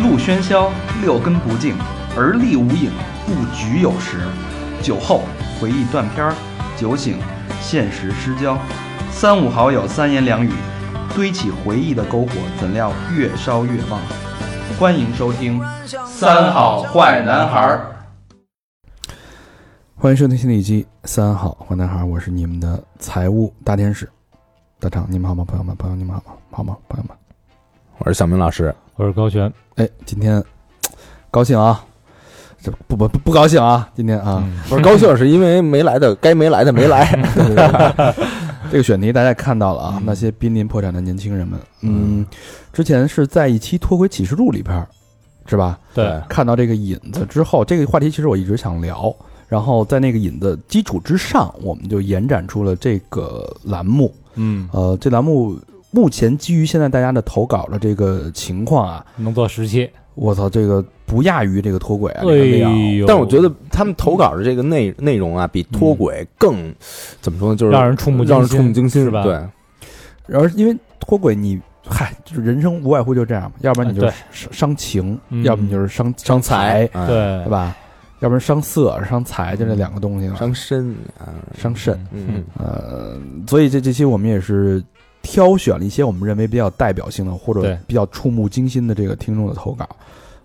路喧嚣，六根不净，而立无影，不局有时。酒后回忆断片儿，酒醒现实失焦。三五好友三言两语，堆起回忆的篝火，怎料越烧越旺。欢迎收听《三好坏男孩》。欢迎收听新的一期《三好坏男孩》，我是你们的财务大天使大长，你们好吗？朋友们，朋友你们好吗？好吗？朋友们，我是小明老师，我是高璇，哎，今天高兴啊！这不不不不高兴啊！今天啊，我是高兴，是因为没来的该没来的没 来，对对对 这个选题大家也看到了啊，那些濒临破产的年轻人们，嗯，之前是在一期《脱轨启示录》里边儿，是吧？对，看到这个引子之后，这个话题其实我一直想聊。然后在那个引子基础之上，我们就延展出了这个栏目。嗯，呃，这栏目目前基于现在大家的投稿的这个情况啊，能做十期，我操，这个不亚于这个脱轨啊！哎这个量呦，但我觉得他们投稿的这个内内容啊，比脱轨更怎么说呢？就是嗯让人触目惊心让人触目惊心是吧对，然后因为脱轨你，嗨，就是人生无外乎就这样嘛，要不然你就是啊伤伤情，嗯要不你就是伤伤财，哎对嗯对吧？要不然伤色、伤财，就这两个东西了，伤身啊，伤肾。嗯，呃，所以这这期我们也是挑选了一些我们认为比较代表性的或者对比较触目惊心的这个听众的投稿，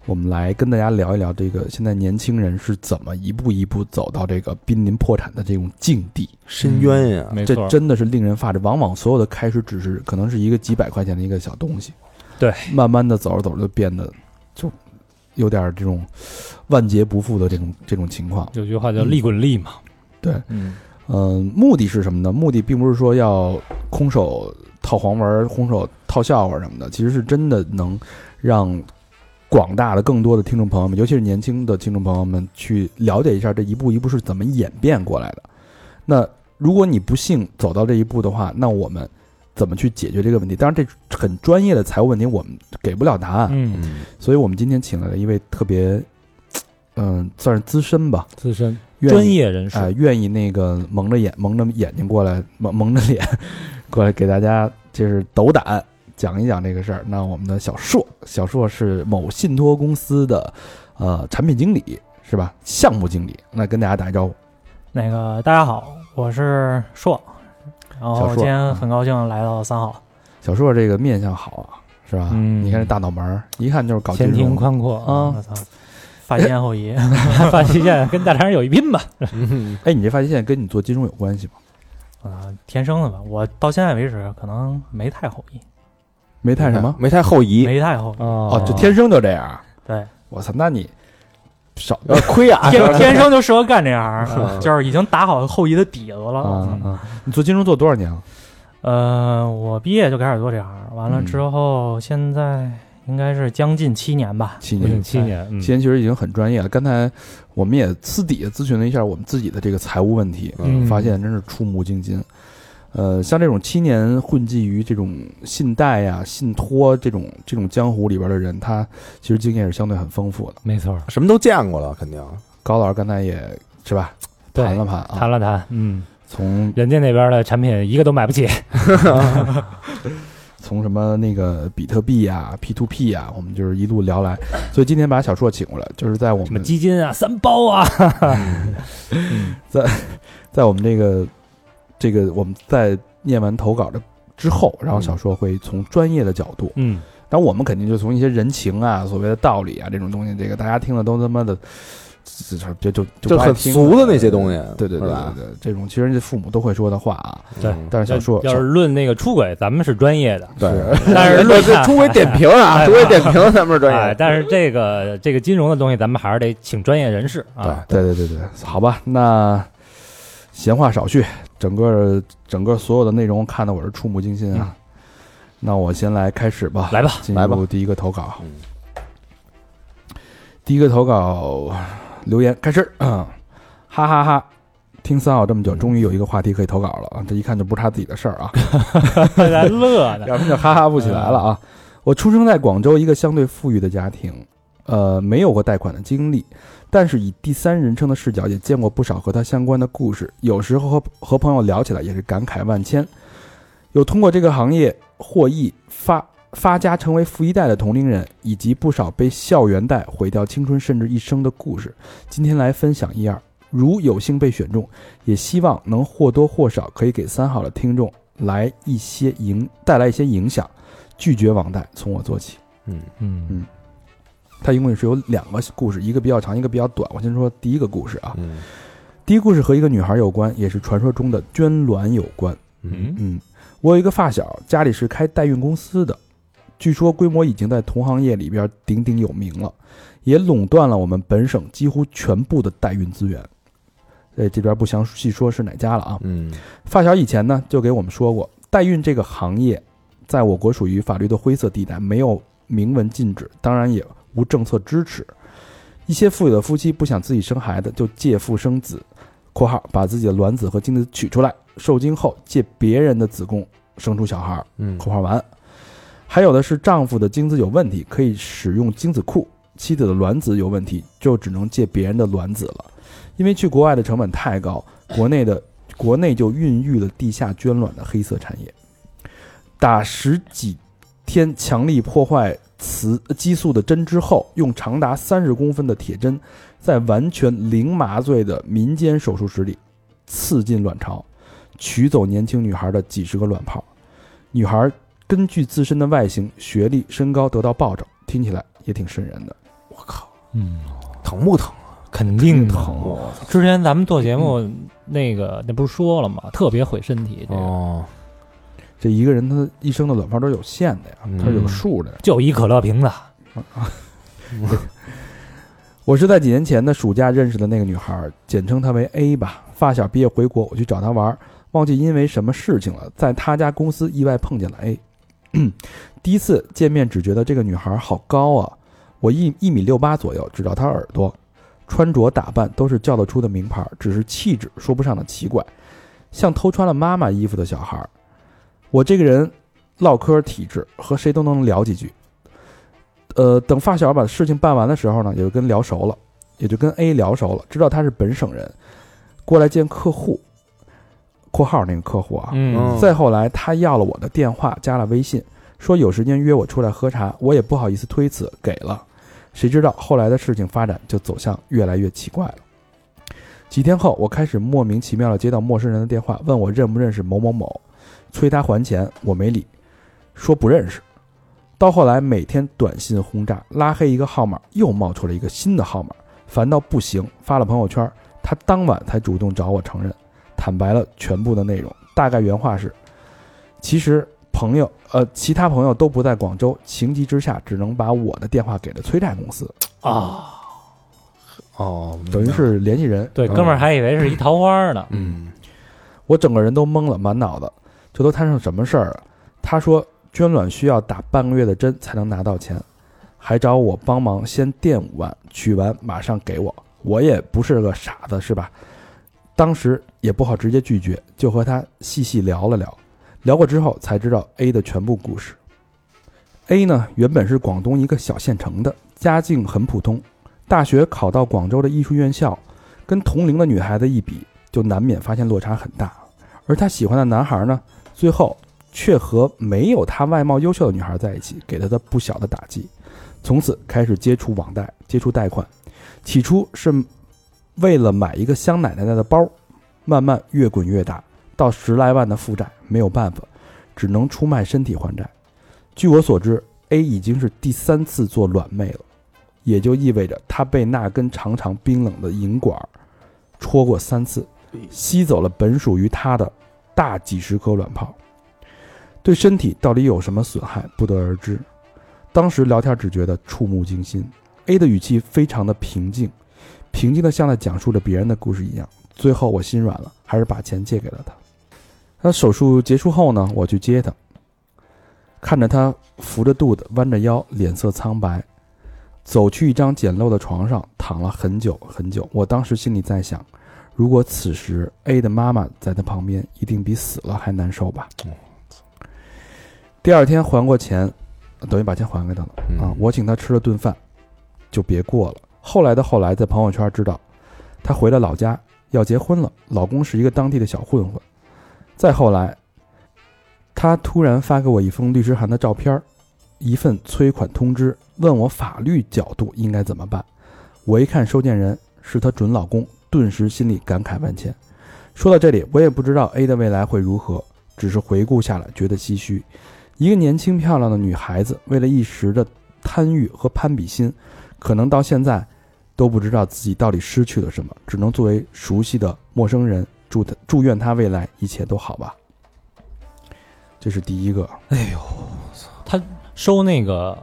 我们来跟大家聊一聊这个现在年轻人是怎么一步一步走到这个濒临破产的这种境地，深渊啊呀，嗯没这错，真的是令人发指。往往所有的开始只是可能是一个几百块钱的一个小东西，对，慢慢的走着走着就变得就有点这种万劫不复的这种这种情况。有句话叫“利滚利”嘛，嗯，嗯，目的是什么呢？目的并不是说要空手套黄文儿、空手套笑话什么的，其实是真的能让广大的更多的听众朋友们，尤其是年轻的听众朋友们，去了解一下这一步一步是怎么演变过来的。那如果你不幸走到这一步的话，那我们怎么去解决这个问题？当然，这很专业的财务问题，我们给不了答案，啊嗯，所以我们今天请来了一位特别，嗯、算是资深吧，资深愿专意业人士哎，，愿意那个蒙着眼、蒙着眼睛过来，蒙蒙着脸过来给大家就是斗胆讲一讲这个事儿。那我们的小硕，小硕是某信托公司的呃产品经理是吧？项目经理，那跟大家打一招呼。那个大家好，我是硕，然小后硕今天很高兴来到三号，小硕这个面相好啊，是吧？嗯你看这大脑门儿，一看就是搞金前庭融的。宽阔啊我操，发际线后移，发际线哎跟大肠人有一拼吧，哎，你这发际线跟你做金融有关系吗？啊，天生的吧，我到现在为止可能没太后移，没太什么没太后移，没太后移，哦哦，就天生就这样。对，我操，那你少哦有点亏 啊，天天生就适合干这行啊儿，就是已经打好后移的底子啊了。啊！你做金融做多少年了？呃，我毕业就开始做这行儿，完了之后现在应该是将近七年吧，七年。零七年，嗯期间其实已经很专业了。刚才我们也私底下咨询了一下我们自己的这个财务问题，嗯发现真是触目惊心。呃，像这种七年混迹于这种信贷呀、信托这种这种江湖里边的人，他其实经验是相对很丰富的。没错，什么都见过了，肯定高老师刚才也是吧，对盘了盘啊，谈了谈，嗯，从人家那边的产品一个都买不起，嗯从什么那个比特币呀、P to P 啊呀，我们就是一路聊来。所以今天把小硕请过来，就是在我什么们基金啊、三包啊，在我们这个这个我们在念完投稿的之后，然后小说会从专业的角度，嗯，但我们肯定就从一些人情啊、所谓的道理啊这种东西，这个大家听了都他妈的，这这这就就就不爱很听俗的了那些东西对对对是对吧对，对这种其实人家父母都会说的话啊，对嗯但是小说要是论那个出轨，咱们是专业的， 对，但是论这出轨点评啊，哎 出轨点评咱们是专哎，业，但是这个这个金融的东西，咱们还是得请专业人士啊。对对对对，好吧，那闲话少叙，整个整个所有的内容看得我是触目惊心啊。那我先来开始吧，来吧，进来吧入第一个投稿嗯。第一个投稿留言开始，哈哈哈！听三好这么久，终于有一个话题可以投稿了啊！这一看就不是他自己的事儿啊，来乐 的，要不然就哈哈不起来了啊！我出生在广州一个相对富裕的家庭，呃，没有过贷款的经历，但是以第三人称的视角也见过不少和他相关的故事，有时候和和朋友聊起来也是感慨万千。有通过这个行业获益发发家成为富一代的同龄人，以及不少被校园贷毁掉青春甚至一生的故事，今天来分享一二。如有幸被选中，也希望能或多或少可以给三好的听众来一些影，带来一些影响。拒绝网贷，从我做起。嗯嗯它一共是有两个故事，一个比较长，一个比较短。我先说第一个故事啊，嗯第一故事和一个女孩有关，也是传说中的捐卵有关。嗯嗯，我有一个发小，家里是开代孕公司的，据说规模已经在同行业里边鼎鼎有名了，也垄断了我们本省几乎全部的代孕资源。哎，这边不详细说是哪家了啊。嗯发小以前呢就给我们说过，代孕这个行业在我国属于法律的灰色地带，没有明文禁止，当然也无政策支持。一些富有的夫妻不想自己生孩子，就借腹生子（括号把自己的卵子和精子取出来，受精后借别人的子宫生出小孩儿嗯）（括号完）。还有的是丈夫的精子有问题，可以使用精子库；妻子的卵子有问题，就只能借别人的卵子了，因为去国外的成本太高，国内的国内就孕育了地下捐卵的黑色产业。打十几天强力破坏雌呃激素的针之后，用长达三十公分的铁针，在完全零麻醉的民间手术室里刺进卵巢，取走年轻女孩的几十个卵泡。女孩根据自身的外形、学历、身高得到报酬，听起来也挺瘆人的。我靠，嗯，疼不疼？肯定疼。我操！ 之前咱们做节目，那个那不是说了吗？特别毁身体，这个哦，这一个人他一生的卵泡都是有限的呀，他是有嗯数的呀。就一可乐瓶子。我是在几年前的暑假认识的那个女孩，简称她为 A 吧。发小毕业回国，我去找她玩，忘记因为什么事情了，在她家公司意外碰见了 A。第一次见面只觉得这个女孩好高啊，我一一米六八左右，只到她耳朵，穿着打扮都是叫得出的名牌，只是气质说不上的奇怪，像偷穿了妈妈衣服的小孩儿。我这个人唠嗑体质，和谁都能聊几句，呃，等发小把事情办完的时候呢，也就跟聊熟了，也就跟 A 聊熟了，知道他是本省人，过来见客户（括号那个客户啊）嗯再后来，他要了我的电话，加了微信，说有时间约我出来喝茶，我也不好意思推辞，给了。谁知道后来的事情发展就走向越来越奇怪了。几天后，我开始莫名其妙的接到陌生人的电话，问我认不认识某某某，催他还钱，我没理，说不认识。到后来，每天短信轰炸，拉黑一个号码，又冒出了一个新的号码，烦到不行，发了朋友圈。他当晚才主动找我承认，坦白了全部的内容。大概原话是：其实朋友，呃，其他朋友都不在广州，情急之下只能把我的电话给了催债公司，啊，哦，等于是联系人。对，嗯哥们儿还以为是一桃花 呢。嗯我整个人都懵了，满脑子，这都摊上什么事儿啊？他说捐卵需要打半个月的针才能拿到钱，还找我帮忙先垫五万，取完马上给我。我也不是个傻子，是吧？当时也不好直接拒绝，就和他细细聊了聊。聊过之后才知道 A 的全部故事。A 呢，原本是广东一个小县城的，家境很普通，大学考到广州的艺术院校，跟同龄的女孩子一比，就难免发现落差很大。而她喜欢的男孩呢，最后却和没有她外貌优秀的女孩在一起，给了她不小的打击。从此开始接触网贷，接触贷款。起初是为了买一个香奶奶的包，慢慢越滚越大，到十来万的负债，没有办法，只能出卖身体还债。据我所知，A 已经是第三次做软妹了，也就意味着她被那根长长冰冷的银管儿戳过三次，吸走了本属于她的大几十颗卵泡，对身体到底有什么损害不得而知。当时聊天只觉得触目惊心，A 的语气非常的平静，平静的像在讲述着别人的故事一样。最后我心软了，还是把钱借给了他。他手术结束后呢，我去接他，看着他扶着肚子，弯着腰，脸色苍白，走去一张简陋的床上躺了很久很久。我当时心里在想，如果此时 A 的妈妈在他旁边，一定比死了还难受吧嗯。第二天还过钱，等于把钱还给他了。嗯啊，我请他吃了顿饭，就别过了。后来的后来，在朋友圈知道，她回了老家，要结婚了，老公是一个当地的小混混。再后来，她突然发给我一封律师函的照片儿，一份催款通知，问我法律角度应该怎么办。我一看收件人是她准老公，顿时心里感慨万千。说到这里，我也不知道 A 的未来会如何，只是回顾下来觉得唏嘘。一个年轻漂亮的女孩子，为了一时的贪欲和攀比心，可能到现在都不知道自己到底失去了什么，只能作为熟悉的陌生人，祝她祝愿她未来一切都好吧。这是第一个，收那个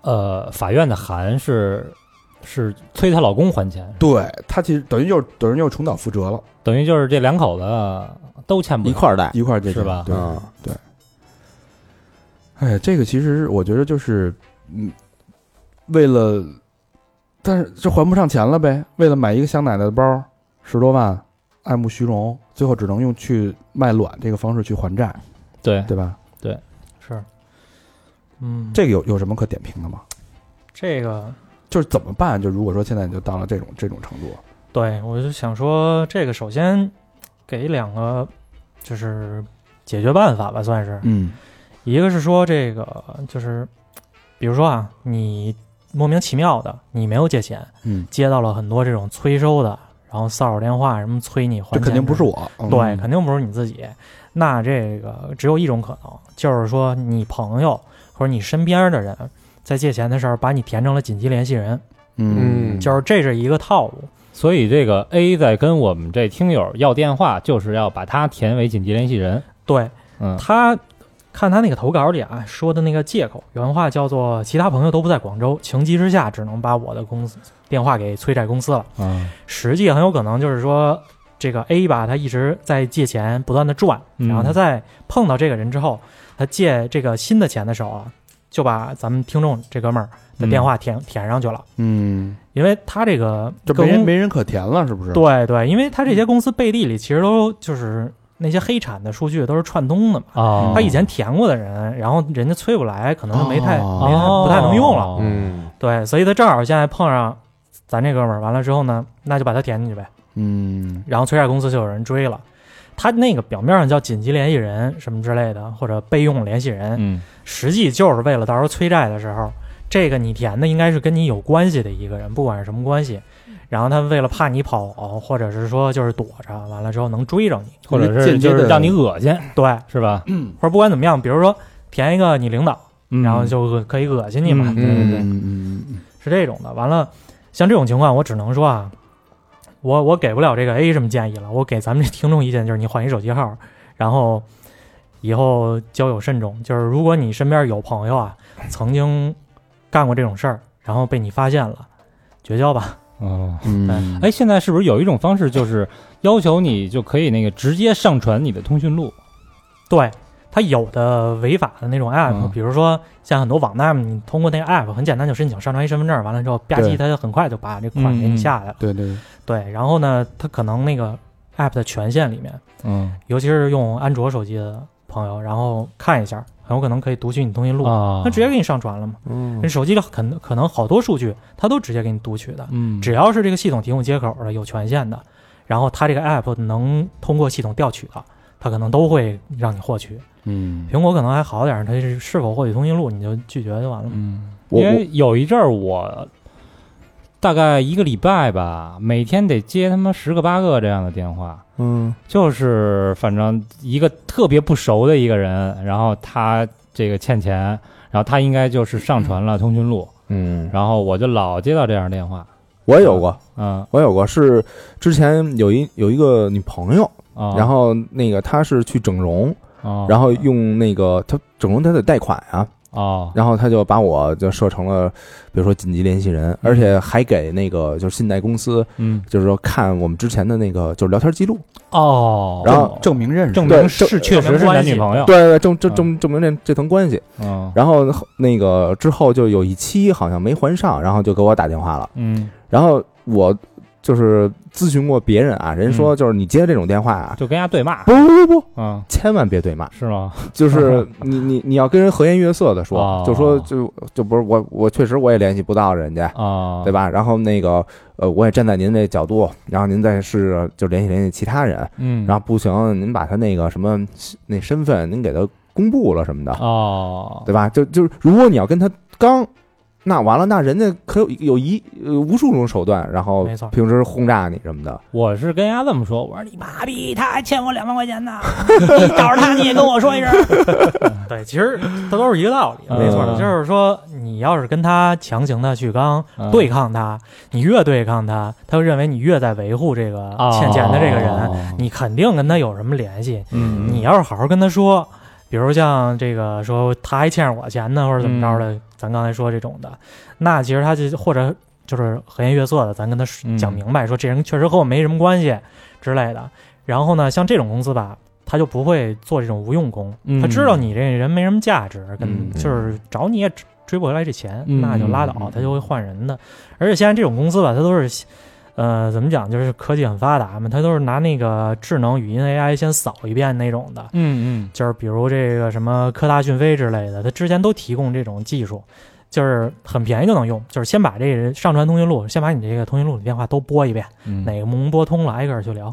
呃法院的函是是催她老公还钱，对她其实等于就是等于就是重蹈覆辙了，等于就是这两口子都欠不一了块儿带，一块儿借钱哎是吧啊对，嗯哎呀，这个其实我觉得就是，嗯，为了，但是这还不上钱了呗，为了买一个香奶奶的包，十多万，爱慕虚荣，最后只能用去卖卵这个方式去还债，对，对吧？是，嗯，这个有有什么可点评的吗？这个就是怎么办？就如果说现在你就到了这种这种程度，对我就想说，这个首先给两个就是解决办法吧，算是，嗯一个是说这个就是，比如说啊，你莫名其妙的你没有借钱，嗯，接到了很多这种催收的，然后骚扰电话什么催你还这钱，肯定不是。我，嗯对，肯定不是你自己。那这个只有一种可能，就是说你朋友或者你身边的人在借钱的时候把你填成了紧急联系人，嗯，嗯就是这是一个套路。所以这个 A 在跟我们这听友要电话，就是要把他填为紧急联系人。对嗯，他，看他那个投稿里啊说的那个借口，原话叫做“其他朋友都不在广州，情急之下只能把我的公司电话给催债公司了”。啊，实际很有可能就是说，嗯这个 A 吧，他一直在借钱，不断的赚，嗯然后他在碰到这个人之后，他借这个新的钱的时候啊，就把咱们听众这哥们儿的电话填、填上去了，嗯，因为他这个就没人公没人可填了，是不是？，对对，因为他这些公司背地里其实都就是那些黑产的数据都是串通的嘛。哦他以前填过的人，然后人家催不来，可能就没太、哦没太哦不太能用了。嗯，对，所以他正好现在碰上咱这哥们儿，完了之后呢，那就把他填进去呗。嗯然后催债公司就有人追了。他那个表面上叫紧急联系人什么之类的，或者备用联系人，嗯，实际就是为了到时候催债的时候，这个你填的应该是跟你有关系的一个人，不管是什么关系。然后他为了怕你跑，或者是说就是躲着，完了之后能追着你，或者是间接就的是让你恶心，对，是吧？或者不管怎么样，比如说填一个你领导，嗯然后就恶可以恶心你嘛，嗯对对对嗯嗯嗯是这种的。完了，像这种情况，我只能说啊，我我给不了这个 A 什么建议了，我给咱们这听众意见就是，你换一手机号，然后以后交友慎重。就是如果你身边有朋友啊，曾经干过这种事儿，然后被你发现了，绝交吧。哦，嗯嗯，哎，现在是不是有一种方式，就是要求你就可以那个直接上传你的通讯录？对，它有的违法的那种 app，、嗯比如说像很多网站，你通过那个 app 很简单就申请上传一身份证，完了之后吧对唧，它就很快就把这款给嗯嗯你下来了。对对，对对，然后呢，它可能那个 app 的权限里面。嗯尤其是用安卓手机的朋友，然后看一下，很有可能可以读取你通讯录，啊，那直接给你上传了嘛。嗯那手机里可能可能好多数据，它都直接给你读取的，嗯，只要是这个系统提供接口的、有权限的，然后它这个 app 能通过系统调取的，它可能都会让你获取。嗯，苹果可能还好点儿，它是是否获取通讯录你就拒绝就完了嘛。嗯，我因我为有一阵儿我大概一个礼拜吧，每天得接他妈十个八个这样的电话，嗯就是反正一个特别不熟的一个人，然后他这个欠钱，然后他应该就是上传了通讯录，嗯，然后我就老接到这样的电话，我有过，嗯我有过，是之前有一有一个女朋友，啊，然后那个她是去整容，哦然后用那个她整容她得贷款啊，哦然后她就把我就设成了，比如说紧急联系人，而且还给那个就是信贷公司，嗯就是说看我们之前的那个就是聊天记录，哦，啊然后证明认识，证对明是确实是男女朋友，对对，对证证证证明这这层关系。嗯然后那个之后就有一期好像没还上，然后就给我打电话了，嗯，然后我就是咨询过别人啊，人说就是你接这种电话啊，就跟人家对骂，不不不不，嗯，千万别对骂，是吗？ 就是你你你要跟人和颜悦色的哦说，就说就就不是我我确实我也联系不到人家，啊，对吧？然后那个呃，我也站在您这角度，然后您再试着就联系联系其他人，嗯，然后不行，您把他那个什么那身份您给他公布了什么的，哦，对吧？就就是如果你要跟他刚，那完了，那人家可有有一呃无数种手段，然后没错平时轰炸你什么的，我是跟人家这么说，我说你妈逼，他还欠我两万块钱呢，你找着他你也跟我说一声。 对，其实它都是一个道理，啊没错就是说你要是跟他强行的去刚嗯对抗他，你越对抗他，他就认为你越在维护这个欠钱的这个人，哦你肯定跟他有什么联系。嗯你要是好好跟他说，比如像这个说他还欠着我钱呢，或者怎么着嗯的，咱刚才说这种的，那其实他就或者就是和颜悦色的，咱跟他说嗯讲明白，说这人确实和我没什么关系之类的。然后呢，像这种公司吧，他就不会做这种无用功，嗯他知道你这人没什么价值，嗯跟就是找你也追追不回来这钱，嗯那就拉倒嗯嗯，他就会换人的。而且现在这种公司吧，它都是。呃，怎么讲？就是科技很发达嘛，它都是拿那个智能语音 AI 先扫一遍那种的，嗯就是比如这个什么科大讯飞之类的，它之前都提供这种技术，就是很便宜就能用，就是先把这人上传通讯录，先把你这个通讯录里电话都拨一遍，嗯，哪个部门拨通了挨个儿去聊，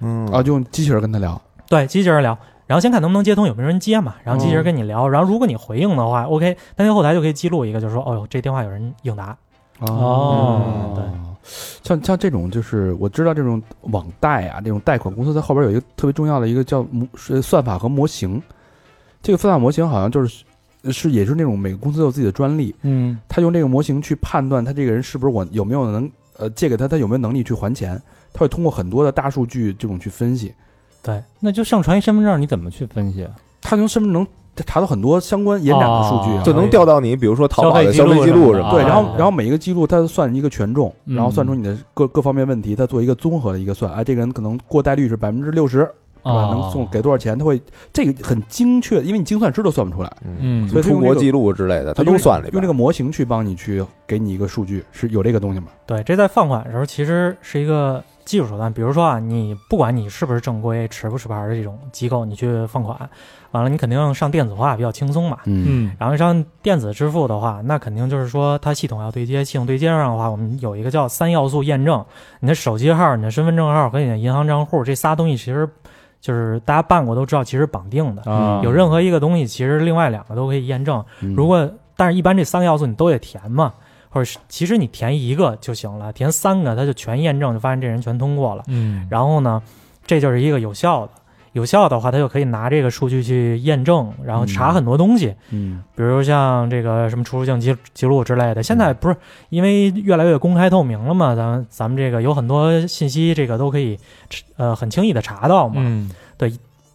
嗯啊，就用机器人跟他聊。对，机器人聊，然后先看能不能接通，有没有人接嘛，然后嗯机器人跟你聊，然后如果你回应的话，OK，那天后台就可以记录一个，就是说，哦呦，这电话有人应答，嗯哦对像像这种就是我知道这种网贷啊，这种贷款公司它后边有一个特别重要的一个叫模是算法和模型，这个算法模型好像就是是也是那种每个公司都有自己的专利，嗯他用这个模型去判断他这个人是不是我有没有能呃借给他，他有没有能力去还钱，他会通过很多的大数据这种去分析，那就上传一身份证，你怎么去分析？啊他从身份证查到很多相关延展的数据啊，哦就能调到你，比如说淘宝的消消费费记记录录什什么么的，的对，然啊后然后每一个记录它算一个权重，然后算出你的各各方面问题，它做一个综合的一个算。哎，这个人可能过贷率是百分之六十，对吧？哦能送给多少钱？他会这个很精确，因为你精算师都算不出来，嗯所以他出用这国个记录之类的，他用都这算里用边这个模型去帮你去给你一个数据，是有这个东西吗？对，这在放款的时候其实是一个技术手段。比如说啊，你不管你是不是正规、持不持牌的这种机构，你去放款，完了你肯定上电子化比较轻松嘛。嗯嗯然后上电子支付的话，那肯定就是说它系统要对接，系统对接上的话，我们有一个叫三要素验证，你的手机号、你的身份证号和你的银行账户这仨东西，其实就是大家办过都知道，其实绑定的。啊，嗯有任何一个东西，其实另外两个都可以验证，嗯如果但是一般这三个要素你都得填嘛，或者是其实你填一个就行了，填三个它就全验证，就发现这人全通过了。嗯，然后呢，这就是一个有效的，有效的话，它就可以拿这个数据去验证，然后查很多东西，嗯比如像这个什么出入境记记录之类的。现在不是因为越来越公开透明了嘛，咱们咱们这个有很多信息，这个都可以呃很轻易的查到嘛。嗯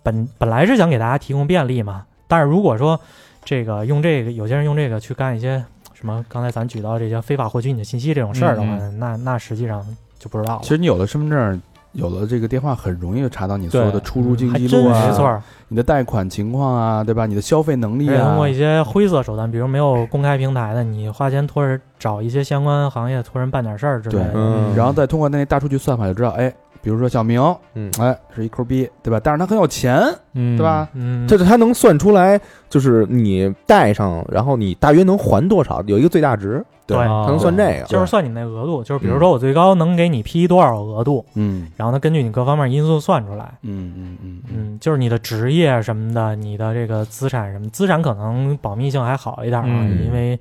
本本来是想给大家提供便利嘛，但是如果说这个用这个，有些人用这个去干一些什么，刚才咱举到这些非法获取你的信息这种事儿的话，那那实际上嗯就不知道了其。实你有了身份证，有了这个电话，很容易就查到你所有的对出入嗯境还记真录是啊，没错，儿，你的贷款情况啊，对吧？你的消费能力而且啊通过，一些灰色手段，比如没有公开平台的，你花钱托人找一些相关行业托人办点事儿之类对的。嗯然后再通过那大数据算法就知道，哎，比如说小明，嗯哎，是一抠逼，对吧？但是他很有钱，嗯对吧？？嗯，就是他能算出来，就是你带上，然后你大约能还多少，有一个最大值，对他能算这个，就是算你那额度，就是比如说我最高能给你批多少额度，嗯然后呢根据你各方面因素算出来。嗯嗯嗯嗯嗯，就是你的职业什么的，你的这个资产什么，资产可能保密性还好一点啊，嗯因为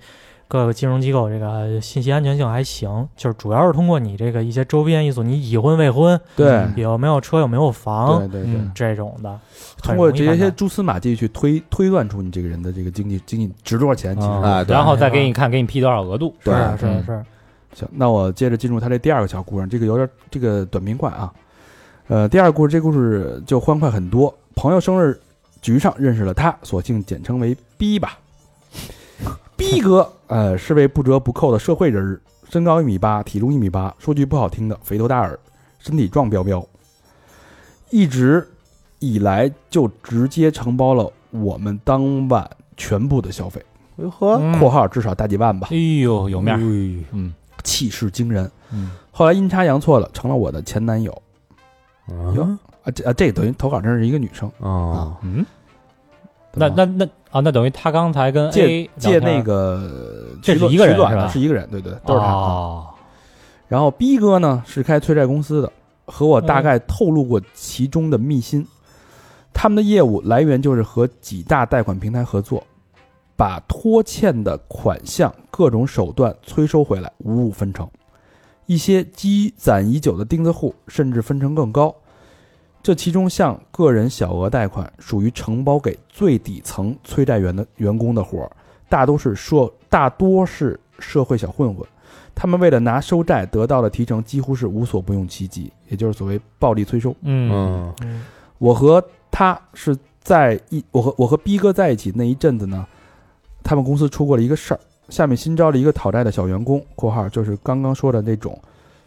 各个金融机构这个信息安全性还行，就是主要是通过你这个一些周边因素，你已婚未婚，对有没有车，有没有对房对对，嗯这种的，通过这很容易些判断蛛丝马迹去推推断出你这个人的这个经济经济值多少钱，其实。啊对哦然后再给你看，给你批多少额度？对是嗯是是，行，那我接着进入他这第二个小故事，这个有点这个短平快啊。呃，第二个故事这故事就欢快很多。朋友生日局上认识了他，索性简称为“逼吧”。逼哥，呃，是位不折不扣的社会人儿，身高一米八，体重一米八，说句不好听的，肥头大耳，身体壮彪彪。一直以来就直接承包了我们当晚全部的消费，回合（嗯括号至少大几万吧哎呦，有面儿，儿，嗯），气势惊人。嗯，后来阴差阳错了，成了我的前男友。哟啊，这啊，这等于投稿真是一个女生，哦，嗯，那对吧那那啊，那等于他刚才跟 A 借借聊天那个呃这取是暖一个人取暖是吧的是一个人，对对，都是他。哦然后 B 哥呢是开催债公司的，和我大概透露过其中的秘辛。他们的业务来源就是和几大贷款平台合作，把拖欠的款项各种手段催收回来，五五分成。一些积攒已久的钉子户甚至分成更高。这其中，像个人小额贷款属于承包给最底层催债员的员工的活儿，大都是社大多是社会小混混。他们为了拿收债得到的提成，几乎是无所不用其极，也就是所谓暴力催收。嗯嗯嗯我和他是在一，我和我和逼哥在一起那一阵子呢，他们公司出过了一个事儿，下面新招了一个讨债的小员工（括号就是刚刚说的那种，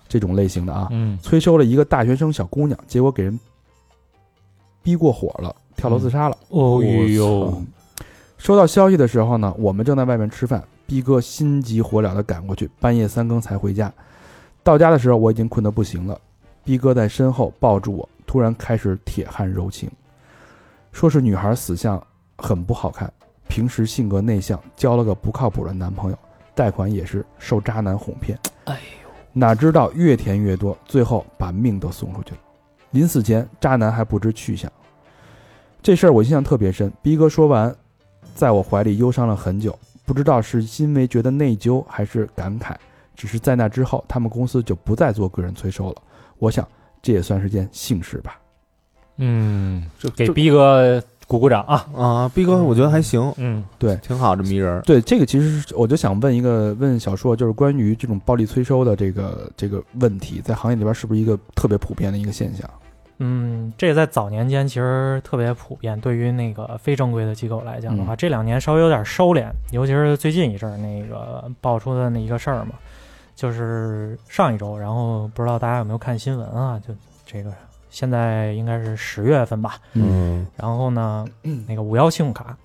这种类型的啊），嗯催收了一个大学生小姑娘，结果给人逼过火了，跳楼自杀了。哦呦嗯收到消息的时候呢，我们正在外面吃饭，逼哥心急火燎的赶过去，半夜三更才回家。到家的时候我已经困得不行了，逼哥在身后抱住我，突然开始铁汉柔情，说是女孩死相很不好看，平时性格内向，交了个不靠谱的男朋友，贷款也是受渣男哄骗。哎呦，哪知道越填越多，最后把命都送出去了。临死前，渣男还不知去向。这事儿我印象特别深。逼哥说完，在我怀里忧伤了很久，不知道是因为觉得内疚还是感慨。只是在那之后，他们公司就不再做个人催收了。我想，这也算是件幸事吧。嗯，这给逼哥鼓鼓掌啊！啊，逼哥，我觉得还行，嗯挺好，这么一人儿。对，这个其实是我就想问一个，问小硕，就是关于这种暴力催收的这个这个问题，在行业里边是不是一个特别普遍的一个现象？嗯，这在早年间其实特别普遍。对于那个非正规的机构来讲的话，嗯这两年稍微有点收敛，尤其是最近一阵儿那个爆出的那一个事儿嘛，就是上一周，然后不知道大家有没有看新闻啊？就这个现在应该是十月份吧。嗯然后呢，那个五幺信用卡，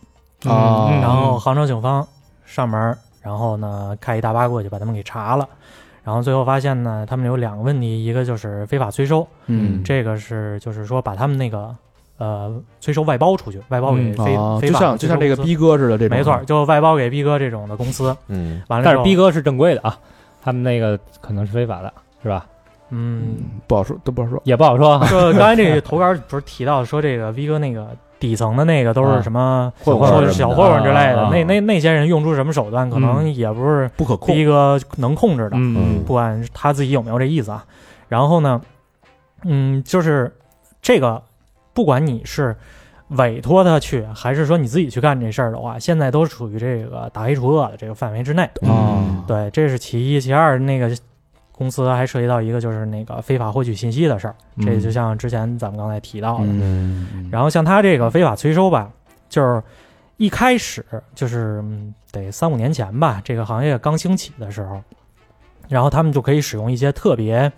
嗯啊嗯然后杭州警方上门儿，然后呢开一大巴过去把他们给查了，然后最后发现呢，他们有两个问题，一个就是非法催收，嗯这个是就是说把他们那个呃催收外包出去，外包给非、啊，非就法像的催就收像这个公司逼哥似的这种，没错，就外包给逼哥这种的公司。嗯，完了，但是逼，哥是正规的啊，他们那个可能是非法的，是吧？嗯，嗯，不好说，都不好说。也不好说啊。就刚才这个投稿不是提到说这个逼哥那个底层的那个都是什么混小混混儿混什小么混的混之类啊的，那那那些人用出什么手段，可能嗯也不是不可控逼哥能控制的。嗯不管他自己有没有这意思啊。然后呢，嗯，就是这个，不管你是委托他去，还是说你自己去干这事儿的话，现在都属于这个打黑除恶的这个范围之内。啊，对，这是其一，其二，那个公司还涉及到一个就是那个非法获取信息的事儿，这就像之前咱们刚才提到的。嗯，然后像他这个非法催收吧，就是一开始就是嗯得三五年前吧，这个行业刚兴起的时候，然后他们就可以使用一些特别、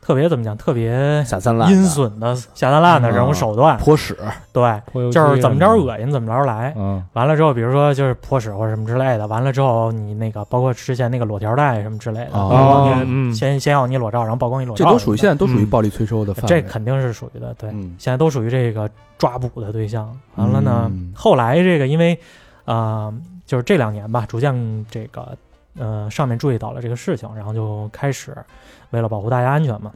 特别怎么讲、特别 下三滥的阴损的下三滥的这种手段，泼屎，对，后就是怎么着恶心怎么着来。嗯完了之后，比如说就是泼屎或者什么之类的，完了之后你那个包括之前那个裸条带什么之类的，哦然后嗯你先先要你裸照，然后曝光你裸这照，都属于现在都属于嗯暴力催收的范这围。肯定是属于的，对。嗯现在都属于这个抓捕的对象。完了呢，嗯后来这个因为啊、呃就是这两年吧，逐渐这个呃上面注意到了这个事情，然后就开始为了保护大家安全嘛，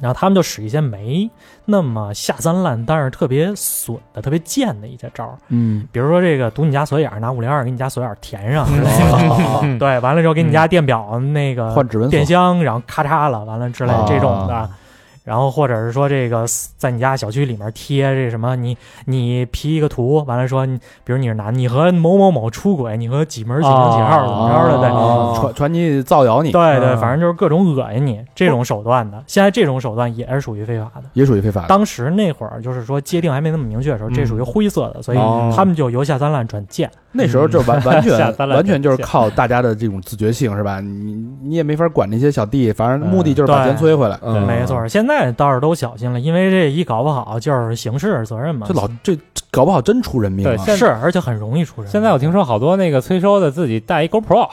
然后他们就使一些没那么下三滥，但是特别损的、特别贱的一些招儿，嗯，比如说这个堵你家锁眼儿，拿五零二给你家锁眼儿填 上。哦嗯对，完了之后给你家电表、那个换指纹锁电箱，然后咔嚓了，完了之类啊这种的。然后或者是说这个在你家小区里面贴这什么，你你 P 一个图，完了说你，比如你是男，你和某某某出轨，你和几门几零几号怎么着的，对。哦传传你造谣你，对对，嗯反正就是各种恶心你这种手段的，现在这种手段也是属于非法的。也属于非法的。当时那会儿就是说界定还没那么明确的时候，这嗯属于灰色的，所以哦他们就由下三滥转贱。那时候就 完完下全三滥完全就是靠大家的这种自觉性是吧？你你也没法管那些小弟，反正目的就是嗯把钱催回来。嗯没错，现在倒是都小心了，因为这一搞不好就是刑事责任嘛。这老这这搞不好真出人命对啊！现是，而且很容易出人。现在我听说好多那个催收的自己带一 GoPro，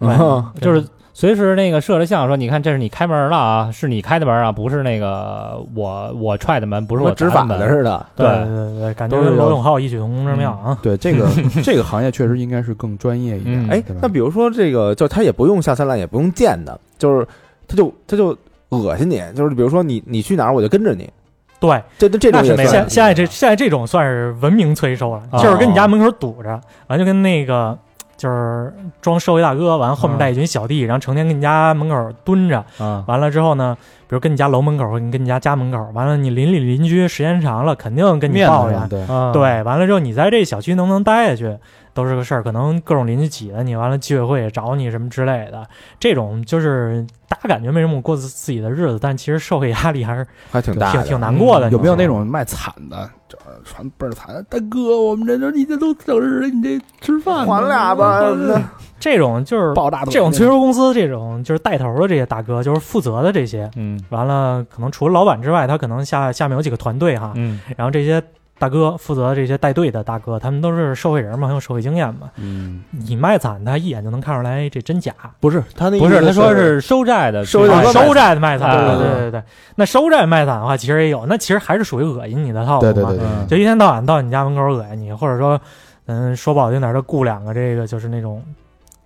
嗯对就是随时那个摄着像说，你看这是你开门了啊，是你开的门啊，不是那个我我踹的门，不是我执砸法的门似的。对对对对，感觉都是跟有罗永浩异曲同工之妙啊。对这个 这个行业确实应该是更专业一点。嗯哎对吧，那比如说这个，就是他也不用下三滥，也不用见的，就是他就他就恶心你，就是比如说你你去哪儿，我就跟着你，对，这这这那种是也没算嗯现现在这现在这种算是文明催收了，哦就是跟你家门口堵着，完就跟那个就是装社会大哥，完后面带一群小弟，然后成天跟你家门口蹲着，啊，完了之后呢，比如跟你家楼门口，跟你家家门口，完了你邻里邻居时间长了，肯定跟你面抱子怨上，对，啊，对，完了之后你在这小区能不能待下去都是个事儿，可能各种邻居挤得你，完了居委会也找你什么之类的，这种就是大家感觉没什么过自自己的日子，但其实社会压力还是还挺大挺的，挺难过的。嗯有没有你那知道吗种卖惨的，这传倍儿惨的？大哥，我们这都你这都整日了，你这吃饭呢 还俩吧，嗯那这种就是抱大腿这种催收公司这种就是带头的这些大哥，就是负责的这些，嗯完了可能除了老板之外，他可能下下面有几个团队哈，嗯然后这些。大哥负责这些带队的大哥，他们都是社会人嘛，很有社会经验嘛。嗯，你卖惨，他一眼就能看出来这真假。不是他那不是，他说是收债的，收对债啊对收债的卖惨，对啊对对对。那收债卖惨的话，其实也有，那其实还是属于恶心你的套路对嘛。对对对，嗯就一天到晚到你家门口恶心你，或者说，嗯，说不好听点儿，就雇两个这个就是那种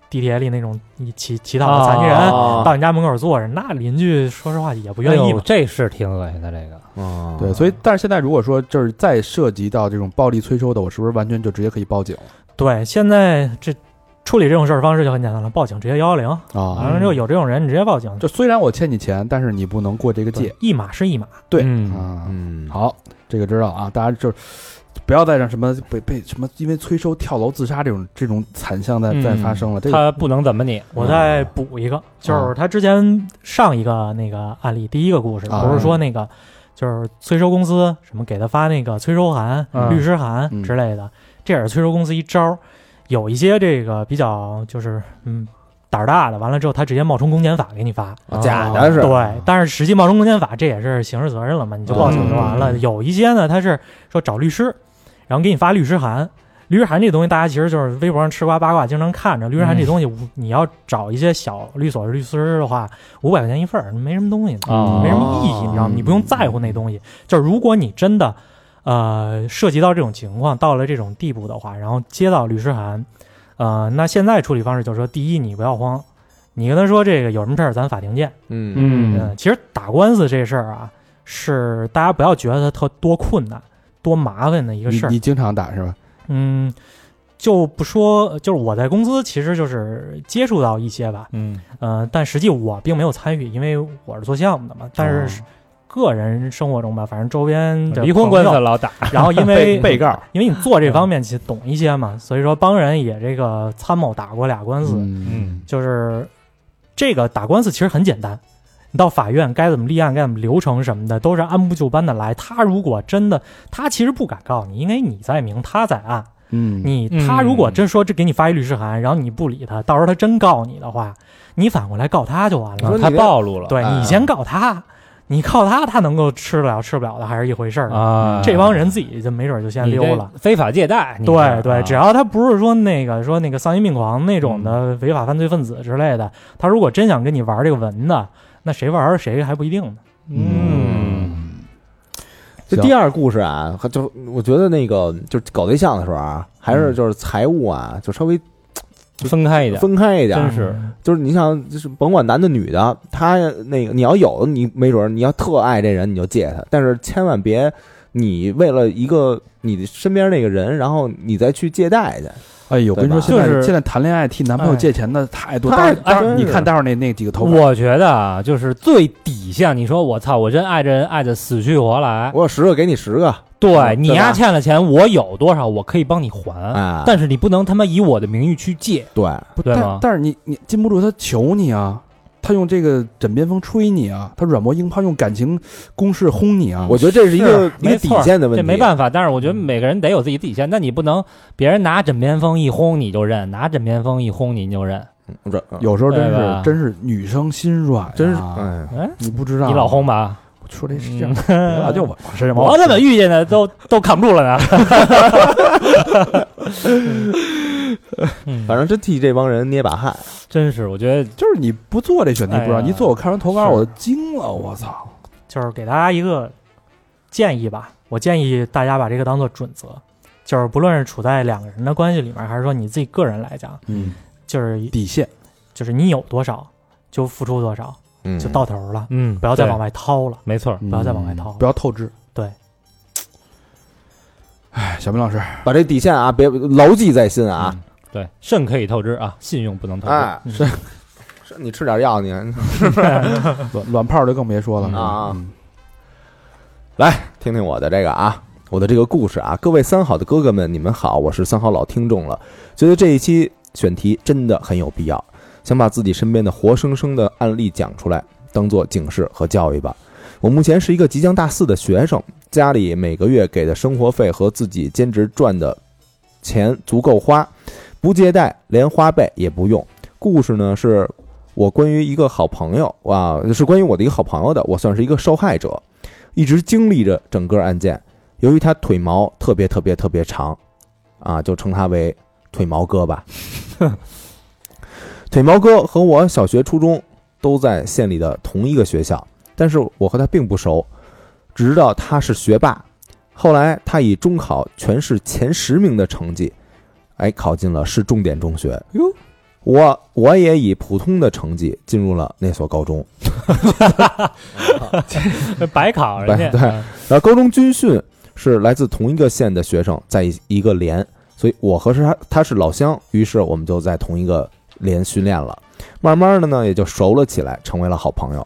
地铁里那种一乞乞讨的残疾人、啊到你家门口坐着，那邻居说实话也不愿哦哎意呦嘛。这是挺恶心的这个。啊，对，所以但是现在如果说就是再涉及到这种暴力催收的，我是不是完全就直接可以报警对，现在这处理这种事儿方式就很简单了，报警直接幺幺零，完啊？了之后有这种人你直接报警，就虽然我欠你钱，但是你不能过这个界对一码是一码。对嗯啊。嗯，好，这个知道啊，大家就是不要再让什么被被什么因为催收跳楼自杀这种这种惨象嗯再再发生了。这个他不能怎么你，我再补一个，就是他之前上一个那个案例，第一个故事啊不是说那个，就是催收公司什么给他发那个催收函、嗯律师函嗯之类的，这也是催收公司一招儿。有一些这个比较就是嗯胆儿大的，完了之后他直接冒充公检法给你发，啊假的是，对，但是实际冒充公检法这也是刑事责任了嘛，你就报警就完了。嗯有一些呢，他是说找律师，然后给你发律师函。律师函这东西，大家其实就是微博上吃瓜八卦经常看着。律师函这东西，你要找一些小律所律师的话，五百块钱一份儿，没什么东西，啊没什么意义，你知道吗？你不用在乎那东西。就是如果你真的，呃，涉及到这种情况，到了这种地步的话，然后接到律师函，呃，那现在处理方式就是说，第一，你不要慌，你跟他说这个有什么事儿，咱法庭见。嗯嗯嗯，其实打官司这事儿啊，是大家不要觉得它特多困难、多麻烦的一个你事儿你。经常打是吧？嗯，就不说，就是我在公司其实就是接触到一些吧，嗯呃，但实际我并没有参与，因为我是做项目的嘛。但是个人生活中吧，反正周边的哦离婚官司朋友，老打，然后嗯 因为被嗯告因为你做这方面其实懂一些嘛，所以说帮人也这个参谋打过俩官司，嗯，就是这个打官司其实很简单，你到法院该怎么立案、该怎么流程什么的，都是按部就班的来。他如果真的，他其实不敢告你，因为你在明，他在暗。嗯，你嗯他如果真说这给你发一律师函，然后你不理他，到时候他真告你的话，你反过来告他就完你说了。你他这暴露了，对啊你先告他，你告他，他能够吃得了吃不了的还是一回事儿。啊，嗯这帮人自己就没准就先你这溜了。非法借贷，你对是啊对，只要他不是说那个说那个丧心病狂那种嗯的违法犯罪分子之类的，他如果真想跟你玩这个文的，那谁玩儿谁还不一定呢。嗯这行第二故事啊，还就我觉得那个就是搞对象的时候啊，还是就是财务啊，就稍微分开一点，分开一点真儿，是嗯就是你想，就是甭管男的女的，他那个你要有，你没准儿你要特爱这人，你就借他，但是千万别你为了一个你身边那个人，然后你再去借贷去。哎呦，我跟你说，对现吧在就是哎现在谈恋爱替男朋友借钱的太多，太当当真然是你看待会儿那那几个头发，我觉得啊，就是最底下，你说我操，我真爱这人爱的死去活来，我有十个给你十个对你对吧丫欠了钱，我有多少我可以帮你还，啊，但是你不能他妈以我的名誉去借，对，不对但吗但是你你禁不住他求你啊，他用这个枕边风吹你啊，他软磨硬泡用感情攻势轰你啊。我觉得这是一个一没个底错线的问这题，没办法。但是我觉得每个人得有自己底线，但你不能别人拿枕边风一轰你就认，拿枕边风一轰你就认，这有时候真对是吧真是女生心软啊，真是哎，你不知道你老轰啊吧，我说这是这样， 啊就往身上我怎么遇见的都都扛不住了呢？嗯反正真替这帮人捏把汗。 真是，我觉得就是你不做这选题不知道，哎呀你做我看完投稿是我都惊了，我操！就是给大家一个建议吧，我建议大家把这个当做准则，就是不论是处在两个人的关系里面，还是说你自己个人来讲，嗯，就是底线就是你有多少就付出多少，嗯就到头了，嗯，不要再对往，外掏了，没错，不要再往外掏嗯不要透支。对，哎，小明老师，把这底线啊，别牢记在心啊！嗯对，肾可以透支啊，信用不能透支。哎，嗯是是，你吃点药你。卵卵泡就更别说了嗯啊嗯听听我的这个啊，我的这个故事啊，各位三好的哥哥们，你们好，我是三好老听众了，觉得这一期选题真的很有必要，想把自己身边的活生生的案例讲出来，当做警示和教育吧。我目前是一个即将大四的学生，家里每个月给的生活费和自己兼职赚的钱足够花，不借贷，连花呗也不用。故事呢是我关于一个好朋友啊，是关于我的一个好朋友的，我算是一个受害者。一直经历着整个案件。由于他腿毛特别特别特别长，啊，就称他为腿毛哥吧。腿毛哥和我小学、初中都在县里的同一个学校，但是我和他并不熟，直到他是学霸。后来他以中考全市前十名的成绩，哎，考进了市重点中学。哟，我我也以普通的成绩进入了那所高中。 白考人家，白对然后高中军训是来自同一个县的学生，在一一个连，所以我和是他他是老乡，于是我们就在同一个连训练了。慢慢的呢，也就熟了起来，成为了好朋友。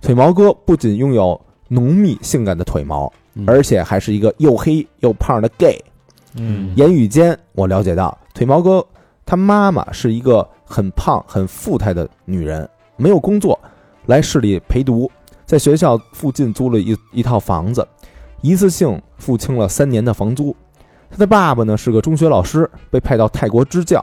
腿毛哥不仅拥有浓密性感的腿毛，嗯而且还是一个又黑又胖的 gay。嗯，言语间，我了解到腿毛哥他妈妈是一个很胖、很富态的女人，没有工作，来市里陪读，在学校附近租了一一套房子，一次性付清了三年的房租。他的爸爸呢是个中学老师，被派到泰国支教，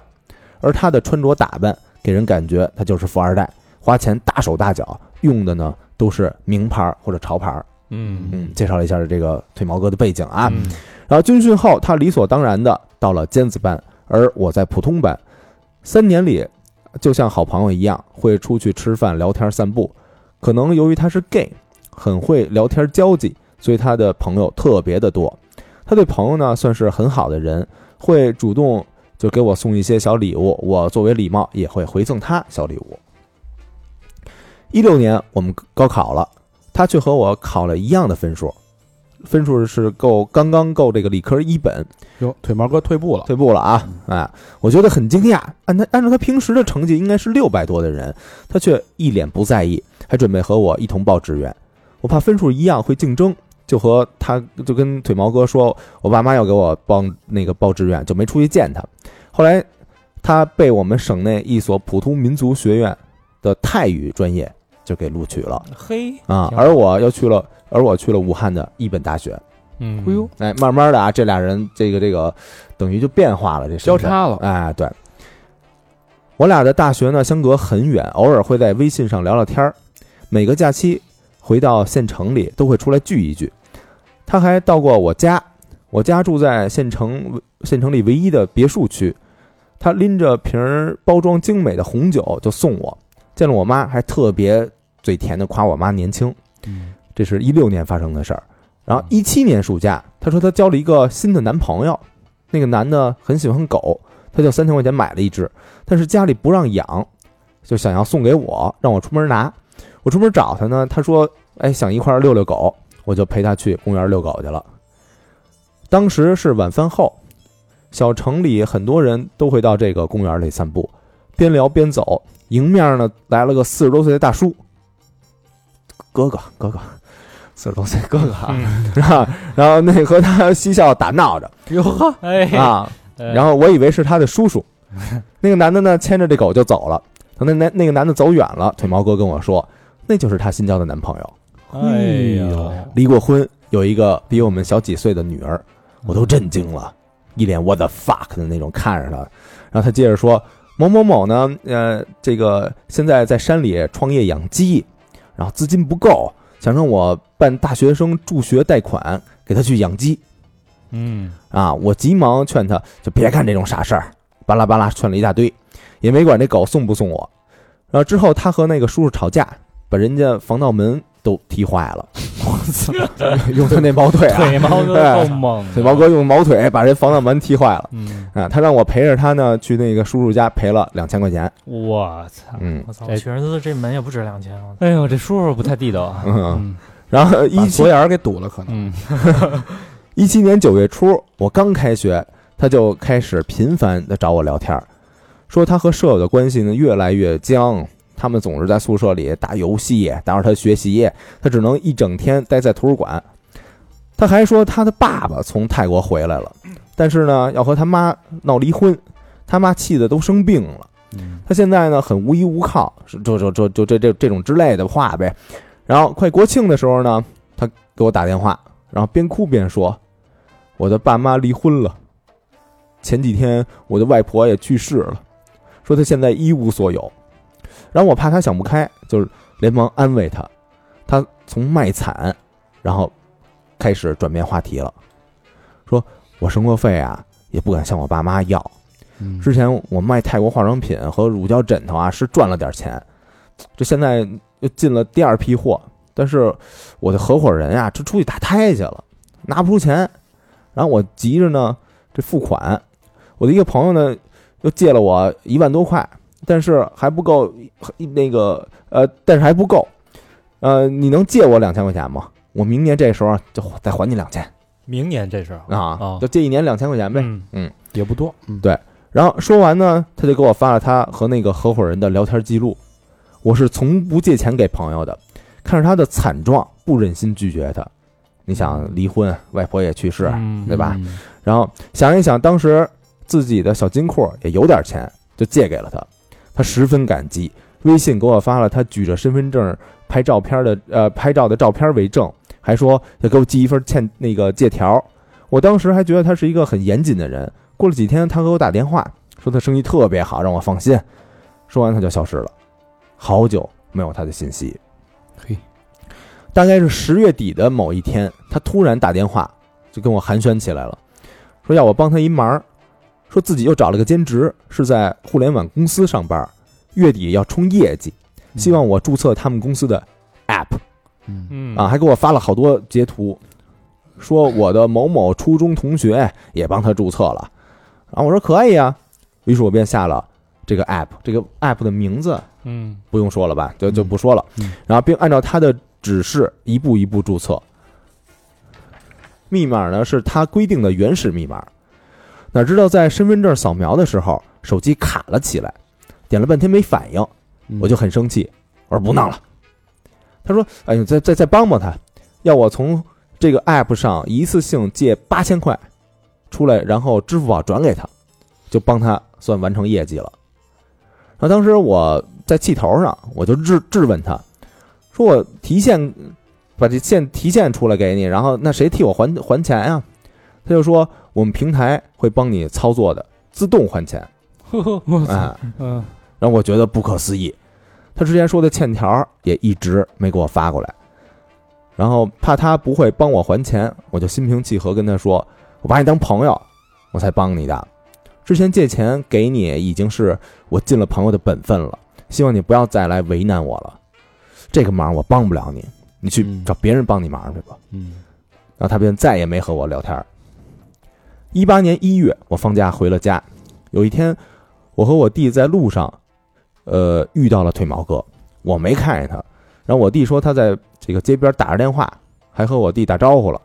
而他的穿着打扮给人感觉他就是富二代，花钱大手大脚，用的呢都是名牌或者潮牌。嗯嗯，介绍了一下这个腿毛哥的背景啊。嗯然后军训后，他理所当然的到了尖子班，而我在普通班。三年里，就像好朋友一样，会出去吃饭、聊天、散步。可能由于他是 gay，很会聊天交际，所以他的朋友特别的多。他对朋友呢算是很好的人，会主动就给我送一些小礼物，我作为礼貌也会回赠他小礼物。一六年我们高考了，他却和我考了一样的分数，分数是够刚刚够这个理科一本，哟，腿毛哥退步了，退步了啊！嗯哎，我觉得很惊讶，按他按照他平时的成绩应该是六百多的人，他却一脸不在意，还准备和我一同报志愿。我怕分数一样会竞争，就和他就跟腿毛哥说，我爸妈要给我报那个报志愿，就没出去见他。后来他被我们省内一所普通民族学院的泰语专业就给录取了嘿，啊，挺好而我又去了，而我去了武汉的一本大学。嗯，哎呦，哎，慢慢的啊，这俩人这个这个，等于就变化了，这身交份叉了，哎，对，我俩的大学呢相隔很远，偶尔会在微信上聊聊天儿。每个假期回到县城里都会出来聚一聚。他还到过我家，我家住在县城县城里唯一的别墅区。他拎着瓶儿包装精美的红酒就送我，见了我妈还特别嘴甜的夸我妈年轻。嗯这是一六年发生的事儿。然后一七年暑假，她说她交了一个新的男朋友，那个男的很喜欢狗，她就三千块钱买了一只，但是家里不让养，就想要送给我，让我出门拿。我出门找她呢，她说：“哎，想一块儿遛遛狗。”我就陪她去公园遛狗去了。当时是晚饭后，小城里很多人都会到这个公园里散步，边聊边走。迎面呢来了个四十多岁的大叔，哥哥哥哥，四十多岁哥哥啊， 然后然后那和他嬉笑打闹着哟呵，哎，啊，呃然后我以为是他的叔叔，那个男的呢牵着这狗就走了。等那男那个男的走远了，腿毛哥跟我说，那就是他新交的男朋友，哎呦，离过婚，有一个比我们小几岁的女儿，我都震惊了，一脸 what the fuck 的那种看着他。然后他接着说，某某某呢，呃，这个现在在山里创业养鸡，然后资金不够，想让我办大学生助学贷款给他去养鸡。嗯，啊，我急忙劝他，就别干这种傻事儿，巴拉巴拉劝了一大堆，也没管这狗送不送我。然后之后，他和那个叔叔吵架，把人家防盗门都踢坏了。 我操！用他那毛腿啊，腿毛哥哎够猛 的，腿毛哥用毛腿把这防盗门踢坏了啊嗯，啊！他让我陪着他呢，去那个叔叔家赔了两千块钱。我操，嗯 我操，哎雪人子这门也不值两千，我操哎呦，这叔叔不太地道啊，嗯，嗯， 然后把一七左眼儿给堵了，可能嗯，一七年九月初，我刚开学，他就开始频繁的找我聊天儿，说他和舍友的关系呢越来越僵，他们总是在宿舍里打游戏，打扰他学习，他只能一整天待在图书馆。他还说他的爸爸从泰国回来了，但是呢要和他妈闹离婚，他妈气得都生病了。嗯他现在呢很无依无靠，是就就就就这这这种之类的话呗。然后快国庆的时候呢，他给我打电话，然后边哭边说：“我的爸妈离婚了，前几天我的外婆也去世了，说他现在一无所有。”然后我怕他想不开，就是连忙安慰他。他从卖惨，然后开始转变话题了，说：“我生活费啊也不敢向我爸妈要。”嗯之前我卖泰国化妆品和乳胶枕头啊，是赚了点钱，这现在又进了第二批货，但是我的合伙人啊，这出去打胎去了，拿不出钱，然后我急着呢，这付款，我的一个朋友呢，又借了我一万多块，但是还不够，那个呃，但是还不够，呃，你能借我两千块钱吗？我明年这时候就再还你两千明年这时候啊哦，就借一年两千块钱呗。嗯，也不多，嗯对然后说完呢，他就给我发了他和那个合伙人的聊天记录。我是从不借钱给朋友的，看着他的惨状，不忍心拒绝他。你想离婚，外婆也去世，嗯对吧？嗯然后想一想，当时自己的小金库也有点钱，就借给了他，他十分感激。微信给我发了他举着身份证拍照片的呃拍照的照片为证，还说要给我寄一份欠那个借条。我当时还觉得他是一个很严谨的人。过了几天，他给我打电话说他生意特别好，让我放心。说完他就消失了，好久没有他的信息。嘿，大概是十月底的某一天，他突然打电话就跟我寒暄起来了。说要我帮他一忙儿，说自己又找了个兼职，是在互联网公司上班儿，月底要冲业绩，嗯希望我注册他们公司的 app 嗯嗯啊，，还给我发了好多截图，说我的某某初中同学也帮他注册了，然后我说可以啊，于是我便下了这个 app，这个 app 的名字嗯不用说了吧，就就不说了嗯嗯。然后并按照他的指示一步一步注册。密码呢是他规定的原始密码，哪知道在身份证扫描的时候，手机卡了起来，点了半天没反应，嗯我就很生气，我说不闹了。他说：“哎呦，再再再帮帮他，要我从这个 app 上一次性借八千块出来，然后支付宝转给他，就帮他算完成业绩了。”然后当时我在气头上，我就质质问他，说我提现把这现提现出来给你，然后那谁替我还还钱呀、他就说我们平台会帮你操作的，自动还钱。呵呵我哎，操，嗯让我觉得不可思议。他之前说的欠条也一直没给我发过来，然后怕他不会帮我还钱，我就心平气和跟他说：“我把你当朋友，我才帮你的。之前借钱给你已经是我尽了朋友的本分了，希望你不要再来为难我了。这个忙我帮不了你，你去嗯找别人帮你忙去吧。”嗯然后他便再也没和我聊天儿。一八年一月，我放假回了家，有一天，我和我弟在路上，呃，遇到了腿毛哥，我没看见他，然后我弟说他在这个街边打着电话，还和我弟打招呼了。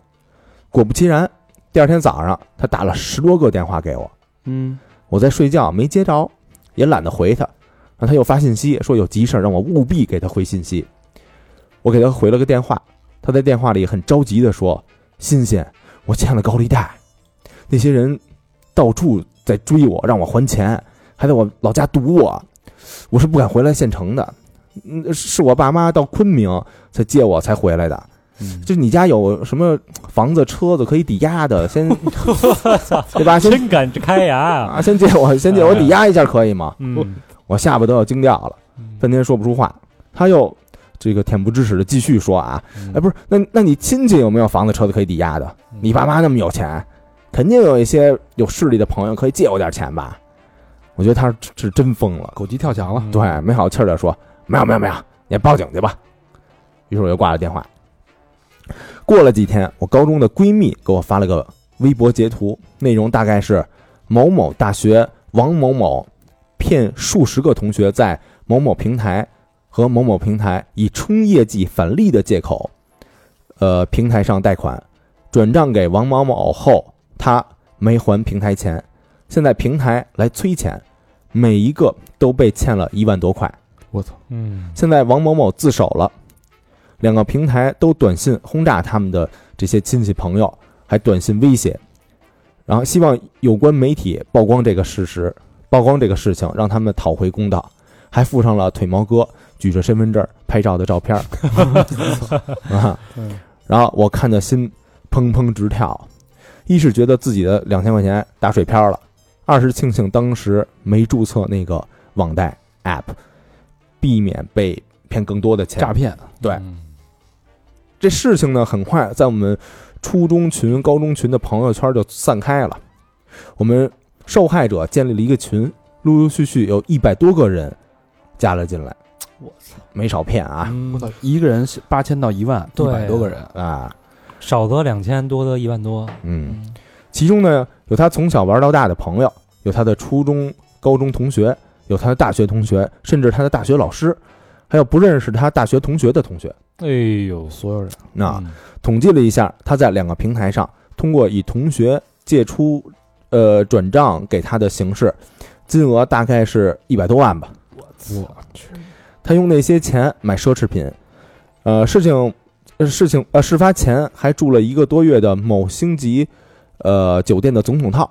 果不其然，第二天早上他打了十多个电话给我，嗯我在睡觉没接着，也懒得回他。然后他又发信息说有急事儿让我务必给他回信息。我给他回了个电话，他在电话里很着急的说：“新鲜，我欠了高利贷，那些人到处在追我，让我还钱，还在我老家堵我，我是不敢回来县城的。嗯，是我爸妈到昆明才接我才回来的。嗯，就是你家有什么房子、车子可以抵押的，先对吧？先真敢开牙， 啊，先借我，先借我抵押一下可以吗？嗯我下巴都要惊掉了，半天说不出话。他又这个恬不知耻的继续说啊，嗯哎，不是，那那你亲戚有没有房子、车子可以抵押的？你爸妈那么有钱，肯定有一些有势力的朋友可以借我点钱吧？我觉得他是是真疯了，狗急跳墙嗯了，嗯对，没好气儿的说没有没有没有，你报警去吧。于是我就挂了电话。过了几天，我高中的闺蜜给我发了个微博截图，内容大概是某某大学王某某骗数十个同学在某某平台和某某平台以冲业绩返利的借口，呃，平台上贷款，转账给王某某后，他没还平台钱，现在平台来催钱，每一个都被欠了一万多块。我 操，嗯，现在王某某自首了，两个平台都短信轰炸他们的这些亲戚朋友，还短信威胁，然后希望有关媒体曝光这个事实，曝光这个事情，让他们讨回公道，还附上了腿毛哥举着身份证拍照的照片儿啊。嗯然后我看的心砰砰直跳，一是觉得自己的两千块钱打水漂了，二是庆幸当时没注册那个网贷 app，避免被骗更多的钱。诈骗，对嗯，这事情呢，很快在我们初中群、高中群的朋友圈就散开了。我们受害者建立了一个群，陆陆续续有一百多个人加了进来。我操，没少骗啊！我操，一个人八千到一万，一嗯对百多个人，啊，少则两千，多则一万多，嗯，其中呢有他从小玩到大的朋友，有他的初中、高中同学，有他的大学同学，甚至他的大学老师，还有不认识他大学同学的同学。哎呦，所有人，那、统计了一下，他在两个平台上通过以同学借出，呃，转账给他的形式，金额大概是一百多万吧。我他用那些钱买奢侈品，呃，事情，呃事情，呃，事发前还住了一个多月的某星级，呃，酒店的总统套，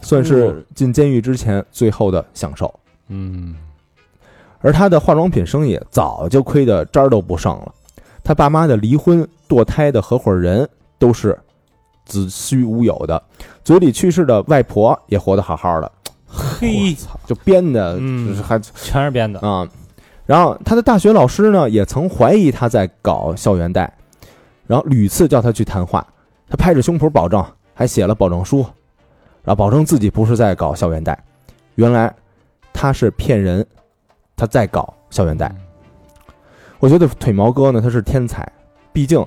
算是进监狱之前最后的享受。哦嗯，而他的化妆品生意早就亏得渣儿都不剩了。他爸妈的离婚、堕胎的合伙人都是子虚乌有的，嘴里去世的外婆也活得好好的，嘿，就编的，嗯就是还全是编的，啊、然后他的大学老师呢，也曾怀疑他在搞校园贷，然后屡次叫他去谈话，他拍着胸脯保证，还写了保证书，然后保证自己不是在搞校园贷，原来他是骗人，他在搞校园贷。我觉得腿毛哥呢，他是天才，毕竟，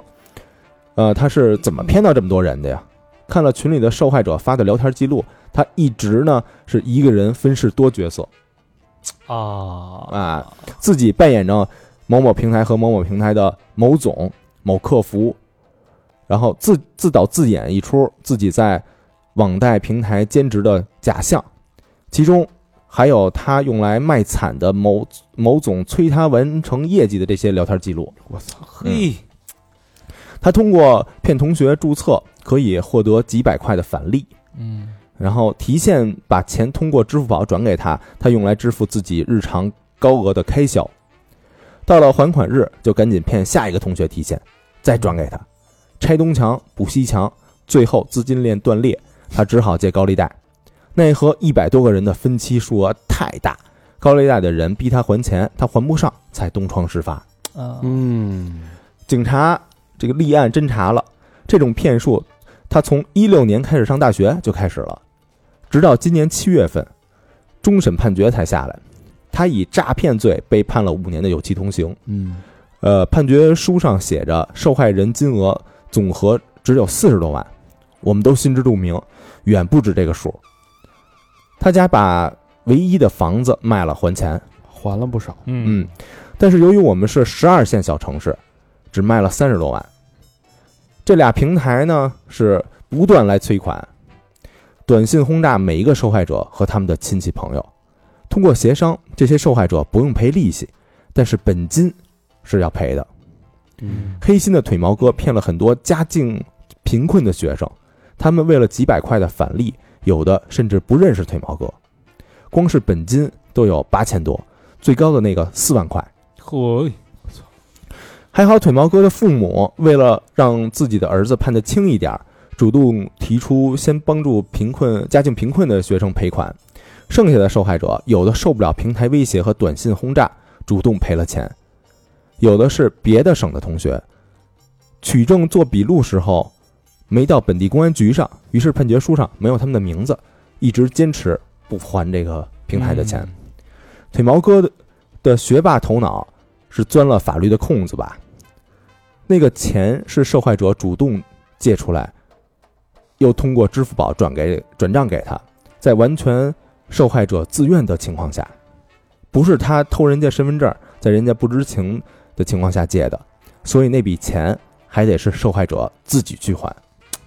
呃，他是怎么骗到这么多人的呀？看了群里的受害者发的聊天记录，他一直呢是一个人分饰多角色，啊，啊，自己扮演着某某平台和某某平台的某总、某客服，然后自自导自演一出自己在网贷平台兼职的假象，其中还有他用来卖惨的某某总催他完成业绩的这些聊天记录。我操，嘿，他通过骗同学注册可以获得几百块的返利，嗯，然后提现把钱通过支付宝转给他，他用来支付自己日常高额的开销。到了还款日，就赶紧骗下一个同学提现，再转给他，拆东墙补西墙，最后资金链断裂，他只好借高利贷。奈何一百多个人的分期数额太大，高利贷的人逼他还钱，他还不上，才东窗事发。啊，嗯，警察这个立案侦查了这种骗术，他从一六年开始上大学就开始了，直到今年七月份，终审判决才下来，他以诈骗罪被判了五年的有期徒刑。嗯，呃，判决书上写着受害人金额总和只有四十多万，我们都心知肚明，远不止这个数。他家把唯一的房子卖了还钱，还了不少，嗯嗯，但是由于我们是十二线小城市，只卖了三十多万。这俩平台呢是不断来催款，短信轰炸每一个受害者和他们的亲戚朋友。通过协商，这些受害者不用赔利息，但是本金是要赔的。嗯，黑心的腿毛哥骗了很多家境贫困的学生，他们为了几百块的返利，有的甚至不认识腿毛哥，光是本金都有八千多，最高的那个四万块。嚯，还好腿毛哥的父母为了让自己的儿子判得轻一点儿，主动提出先帮助贫困家境贫困的学生赔款。剩下的受害者有的受不了平台威胁和短信轰炸，主动赔了钱；有的是别的省的同学，取证做笔录时候没到本地公安局上，于是判决书上没有他们的名字，一直坚持不还这个平台的钱。腿毛哥的的学霸头脑是钻了法律的空子吧？那个钱是受害者主动借出来，又通过支付宝转给转账给他，在完全受害者自愿的情况下，不是他偷人家身份证，在人家不知情的情况下借的，所以那笔钱还得是受害者自己去还。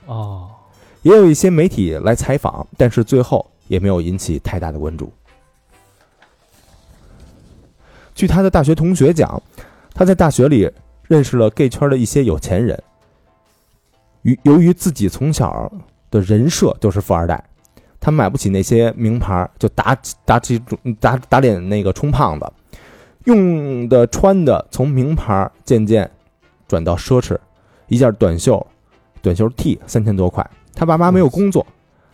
哦，也有一些媒体来采访，但是最后也没有引起太大的关注。据他的大学同学讲，他在大学里认识了 gay 圈的一些有钱人。由由于自己从小的人设就是富二代，他买不起那些名牌，就打打起打打脸那个充胖子，用的穿的从名牌渐渐转到奢侈，一件短袖短袖 T 三千多块。他爸妈没有工作，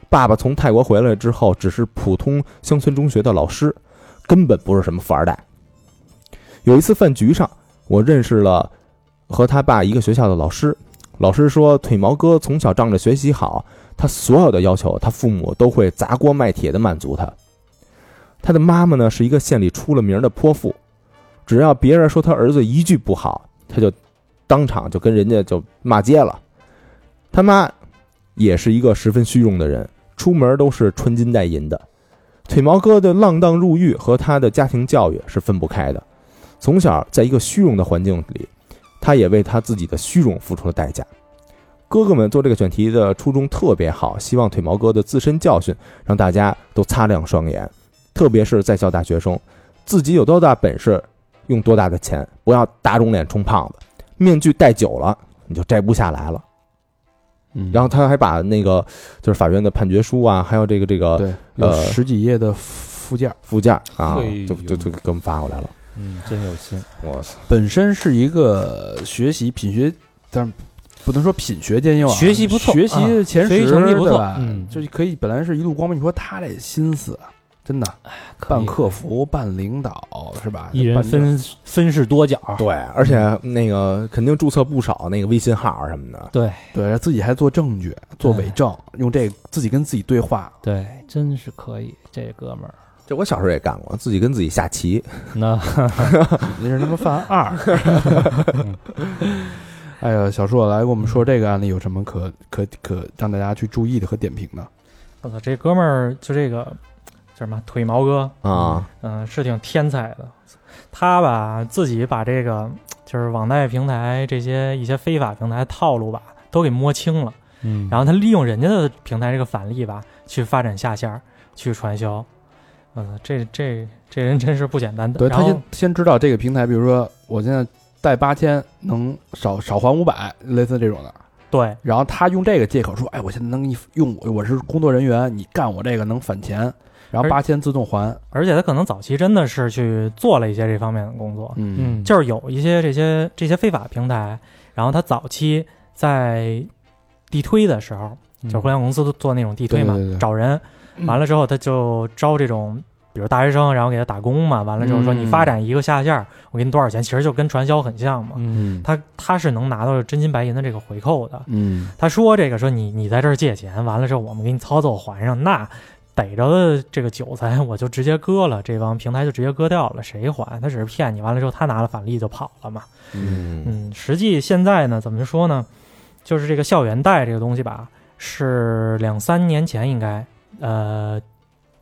爸爸从泰国回来之后只是普通乡村中学的老师，根本不是什么富二代。有一次饭局上，我认识了和他爸一个学校的老师，老师说腿毛哥从小仗着学习好，他所有的要求他父母都会砸锅卖铁的满足他。他的妈妈呢是一个县里出了名的泼妇，只要别人说他儿子一句不好，他就当场就跟人家就骂街了。他妈也是一个十分虚荣的人，出门都是穿金戴银的。腿毛哥的浪荡入狱和他的家庭教育是分不开的。从小在一个虚荣的环境里，他也为他自己的虚荣付出了代价。哥哥们做这个选题的初衷特别好，希望腿毛哥的自身教训让大家都擦亮双眼，特别是在校大学生，自己有多大本事，用多大的钱，不要打肿脸充胖子，面具戴久了你就摘不下来了。嗯然后他还把那个就是法院的判决书啊，还有这个这个对，有呃十几页的附件，附件儿啊哎，呦就就就给我们发过来了。嗯，真有心，我操！本身是一个学习品学，但是不能说品学兼优啊，学习不错嗯学习前十，学习成绩不错对吧嗯就是可以本来是一路光明，你说他这心思，啊真的，办客服、办领导是吧？一人办这分分饰多角，对，而且那个肯定注册不少那个微信号啊什么的。对自己还做证据、做哎伪证，用这个自己跟自己对话，对，真是可以，这哥们儿。这我小时候也干过，自己跟自己下棋。那那是他妈犯二。 哎呀，小硕来给我们说这个案例有什么可可可让大家去注意的和点评的？我操，这哥们儿就这个叫什么腿毛哥，啊，嗯、是挺天才的。他吧自己把这个就是网贷平台这些一些非法平台套路吧都给摸清了，嗯然后他利用人家的平台这个返利吧去发展下线儿，去传销。嗯、这这这人真是不简单的。对然他后先先知道这个平台，比如说我现在贷八千，能少少还五百，类似这种的。对然后他用这个借口说：“哎，我现在能给你用我，我是工作人员，你干我这个能返钱，然后而八千自动还。而且他可能早期真的是去做了一些这方面的工作，嗯”嗯，就是有一些这些这些非法平台，然后他早期在地推的时候，就是互联网公司都做那种地推嘛，嗯对对对找人，完了之后他就招这种。比如大学生，然后给他打工嘛，完了之后说嗯你发展一个下线儿，我给你多少钱，其实就跟传销很像嘛。嗯，他他是能拿到真金白银的这个回扣的。嗯，他说这个说你你在这儿借钱，完了之后我们给你操作还上，那逮着的这个韭菜我就直接割了，这帮平台就直接割掉了，谁还？他只是骗你，完了之后他拿了返利就跑了嘛。嗯嗯，实际现在呢，怎么说呢？就是这个校园贷这个东西吧，是两三年前应该呃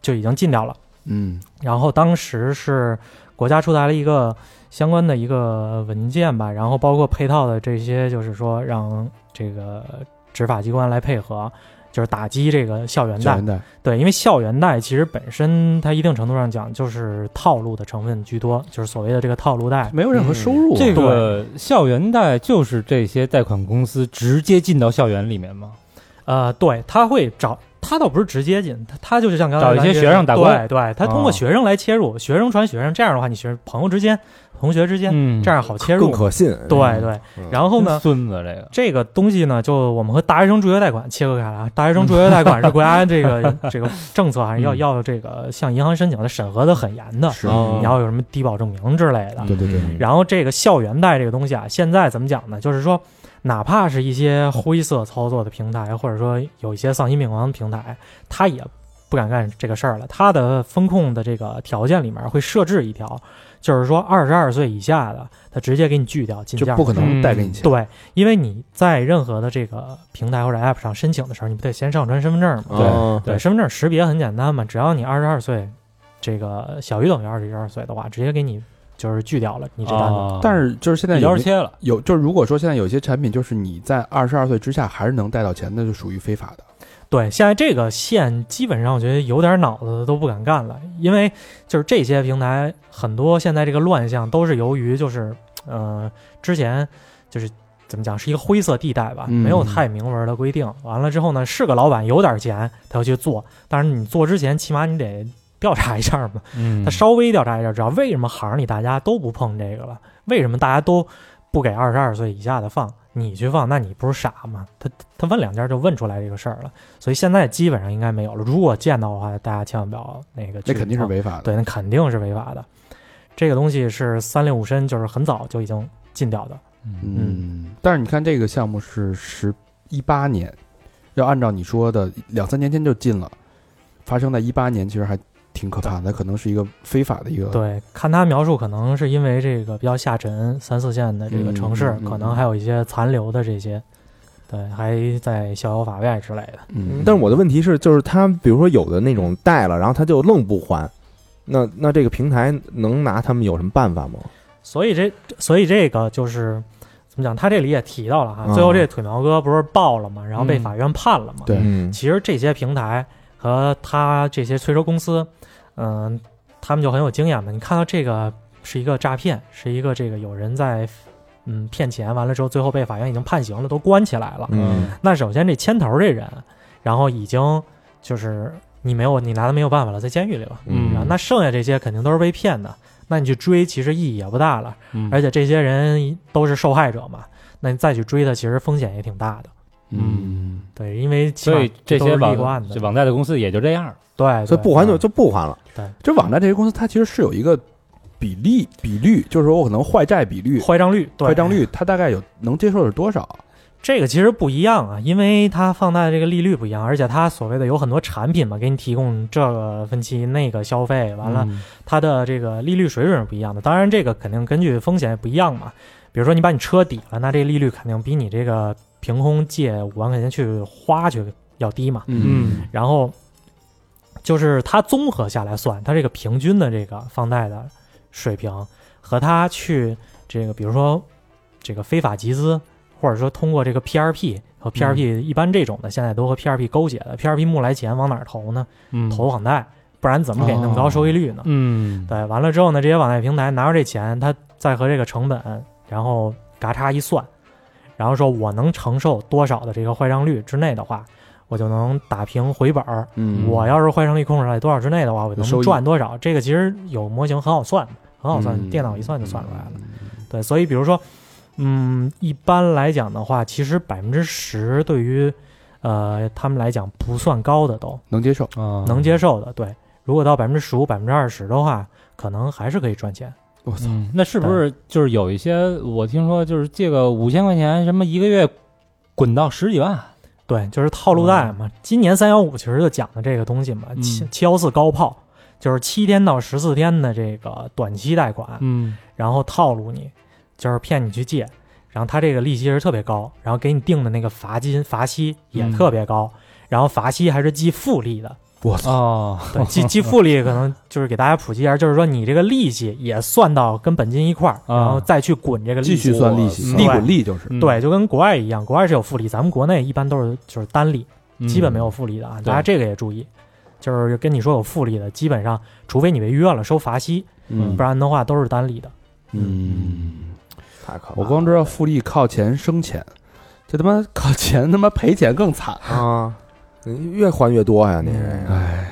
就已经禁掉了。嗯然后当时是国家出台了一个相关的一个文件吧，然后包括配套的这些，就是说让这个执法机关来配合，就是打击这个校园校贷园。贷，对，因为校园贷其实本身它一定程度上讲就是套路的成分居多，就是所谓的这个套路贷。没有任何收入啊，这个校园贷就是这些贷款公司直接进到校园里面嘛，呃，对，他会找。他倒不是直接进，他他就是像刚才找一些咱学生打工对对，他通哦过学生来切入，学生传学生，这样的话，你学朋友之间、同学之间，嗯这样好切入更嘛。可信。嗯嗯对对，然后呢，孙子这个，这个东西呢，就我们和大学生助学贷款切割开来啊。大学生助学贷款是国家这个这个政策啊，要嗯要这个向银行申请的，审核的很严的，是哦你要有什么低保证明之类的。对对对，然后这个校园贷这个东西啊，现在怎么讲呢？就是说，哪怕是一些灰色操作的平台，或者说有一些丧心病狂的平台，它也不敢干这个事儿了。它的风控的这个条件里面会设置一条，就是说二十二岁以下的，它直接给你拒掉进就价不。可能嗯贷给你钱。对，因为你在任何的这个平台或者 App 上申请的时候，你不得先上传身份证吗？哦对，身份证识别很简单嘛，只要你二十二岁，这个小于等于二十一二岁的话，直接给你就是拒掉了你这单子。啊，但是就是现在一有刀那切了，有，就是如果说现在有些产品，就是你在二十二岁之下还是能贷到钱，那就属于非法的。对，现在这个线基本上我觉得有点脑子都不敢干了，因为就是这些平台很多现在这个乱象都是由于就是呃之前就是怎么讲是一个灰色地带吧，嗯没有太明文的规定。完了之后呢，是个老板有点钱他要去做，但是你做之前起码你得调查一下嘛，嗯他稍微调查一下，知道为什么行里大家都不碰这个了，为什么大家都不给二十二岁以下的放，你去放，那你不是傻吗？他他问两家就问出来这个事儿了，所以现在基本上应该没有了。如果见到的话，大家千万不要那个去那碰，肯定是违法的。哦对，那肯定是违法的。这个东西是三六五申，就是很早就已经禁掉的。嗯，但是你看这个项目是十一八年，要按照你说的两三年前就进了，发生在一八年，其实还挺可怕的，可能是一个非法的一个。，对，看他描述，可能是因为这个比较下沉，三四线的这个城市，嗯嗯嗯可能还有一些残留的这些，对，还在逍遥法外之类的。嗯，但是我的问题是，就是他比如说有的那种贷了，然后他就愣不还，那那这个平台能拿他们有什么办法吗？所以这，所以这个就是怎么讲？他这里也提到了哈，嗯最后这腿毛哥不是爆了嘛，然后被嗯法院判了嘛。对嗯其实这些平台和他这些催收公司，嗯、他们就很有经验嘛。你看到这个是一个诈骗，是一个这个有人在嗯骗钱，完了之后最后被法院已经判刑了，都关起来了。嗯那首先这牵头这人，然后已经就是你没有你拿他没有办法了，在监狱里了。嗯然后那剩下这些肯定都是被骗的，那你去追其实意义也不大了，嗯而且这些人都是受害者嘛，那你再去追他，其实风险也挺大的。嗯，对，因为起码所以这都些是网立过案的这，网贷的公司也就这样了。对，所以对不还就嗯就不还了。这网站这些公司，它其实是有一个比例比率，就是说我可能坏债比率、坏账率，对坏账率，它大概有能接受的是多少？这个其实不一样啊，因为它放贷这个利率不一样，而且它所谓的有很多产品嘛，给你提供这个分期、那个消费，完了它的这个利率水准是不一样的。当然，这个肯定根据风险也不一样嘛。比如说你把你车抵了，那这个利率肯定比你这个凭空借五万块钱去花去要低嘛。嗯然后就是它综合下来算，它这个平均的这个放贷的水平和它去这个，比如说这个非法集资，或者说通过这个 PRP 和 PRP，一般这种的现在都和 PRP 勾结的。PRP 募来钱往哪儿投呢？嗯投网贷，不然怎么给那么高收益率呢？嗯对，完了之后呢，这些网贷平台拿着这钱，他再和这个成本，然后嘎嚓一算，然后说我能承受多少的这个坏账率之内的话，我就能打平回本儿。嗯我要是坏账率控制在多少之内的话，我就收能益赚多少。这个其实有模型很好算，很好算，嗯电脑一算就算出来了。对，所以比如说，嗯，一般来讲的话，其实百分之十对于呃他们来讲不算高的都，能接受。啊，能接受的，对。如果到百分之十五、百分之二十的话，可能还是可以赚钱。我操，嗯，那是不是就是有一些我听说就是借个五千块钱，什么一个月滚到十几万？对，就是套路贷嗯嘛。今年三幺五其实就讲的这个东西嘛，嗯七七幺四高炮，就是七天到十四天的这个短期贷款，嗯然后套路你，就是骗你去借，然后他这个利息是特别高，然后给你定的那个罚金罚息也嗯特别高，然后罚息还是计复利的，我操，哦，对，计计复利可能就是给大家普及一下，就是说你这个利息也算到跟本金一块儿，啊然后再去滚这个利息，继续算利息，我利滚利就是。嗯对，，就跟国外一样，国外是有复利，咱们国内一般都是就是单利，嗯基本没有复利的啊，大家对这个也注意。就是跟你说有复利的，基本上除非你违约了收罚息，嗯不然的话都是单利的。嗯。太可怕了我光知道复利靠钱生钱，这他妈靠钱他妈赔钱更惨。啊，你越还越多呀，你这个哎，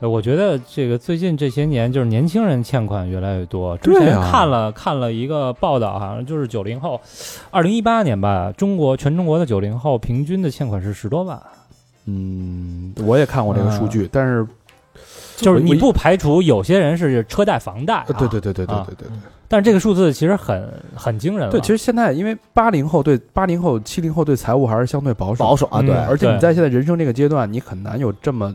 呃我觉得这个最近这些年，就是年轻人欠款越来越多。之对啊前看了、看了一个报道，好像就是九零后，二零一八年吧，中国全中国的九零后平均的欠款是十多万，嗯，我也看过这个数据，但是就是我你一不排除有些人是车贷、房贷、啊，呃对对对对对啊对对对但是这个数字其实很很惊人了。对，其实现在因为八零后对八零后、七零后对财务还是相对保守，保守啊，嗯对，而且你对在现在人生这个阶段，你很难有这么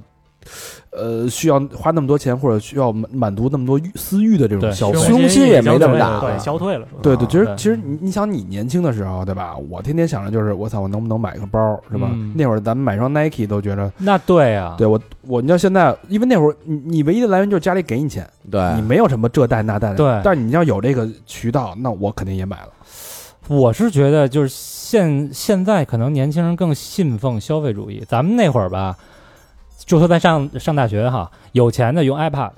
呃需要花那么多钱或者需要满满足那么多欲私欲的这种对消费虚。荣荣心也没那么大对，了消退了。对对，其对实其实你你想你年轻的时候，对吧？我天天想着就是我操，我能不能买个包，是吧？嗯那会儿咱们买双 Nike 都觉得，那对啊，对我我你知道现在，因为那会儿你你唯一的来源就是家里给你钱，对你没有什么这贷那贷的。对啊但是你要有这个渠道，那我肯定也买了。我是觉得就是现现在可能年轻人更信奉消费主义，咱们那会儿吧，就说咱上上大学哈，有钱的用 iPad，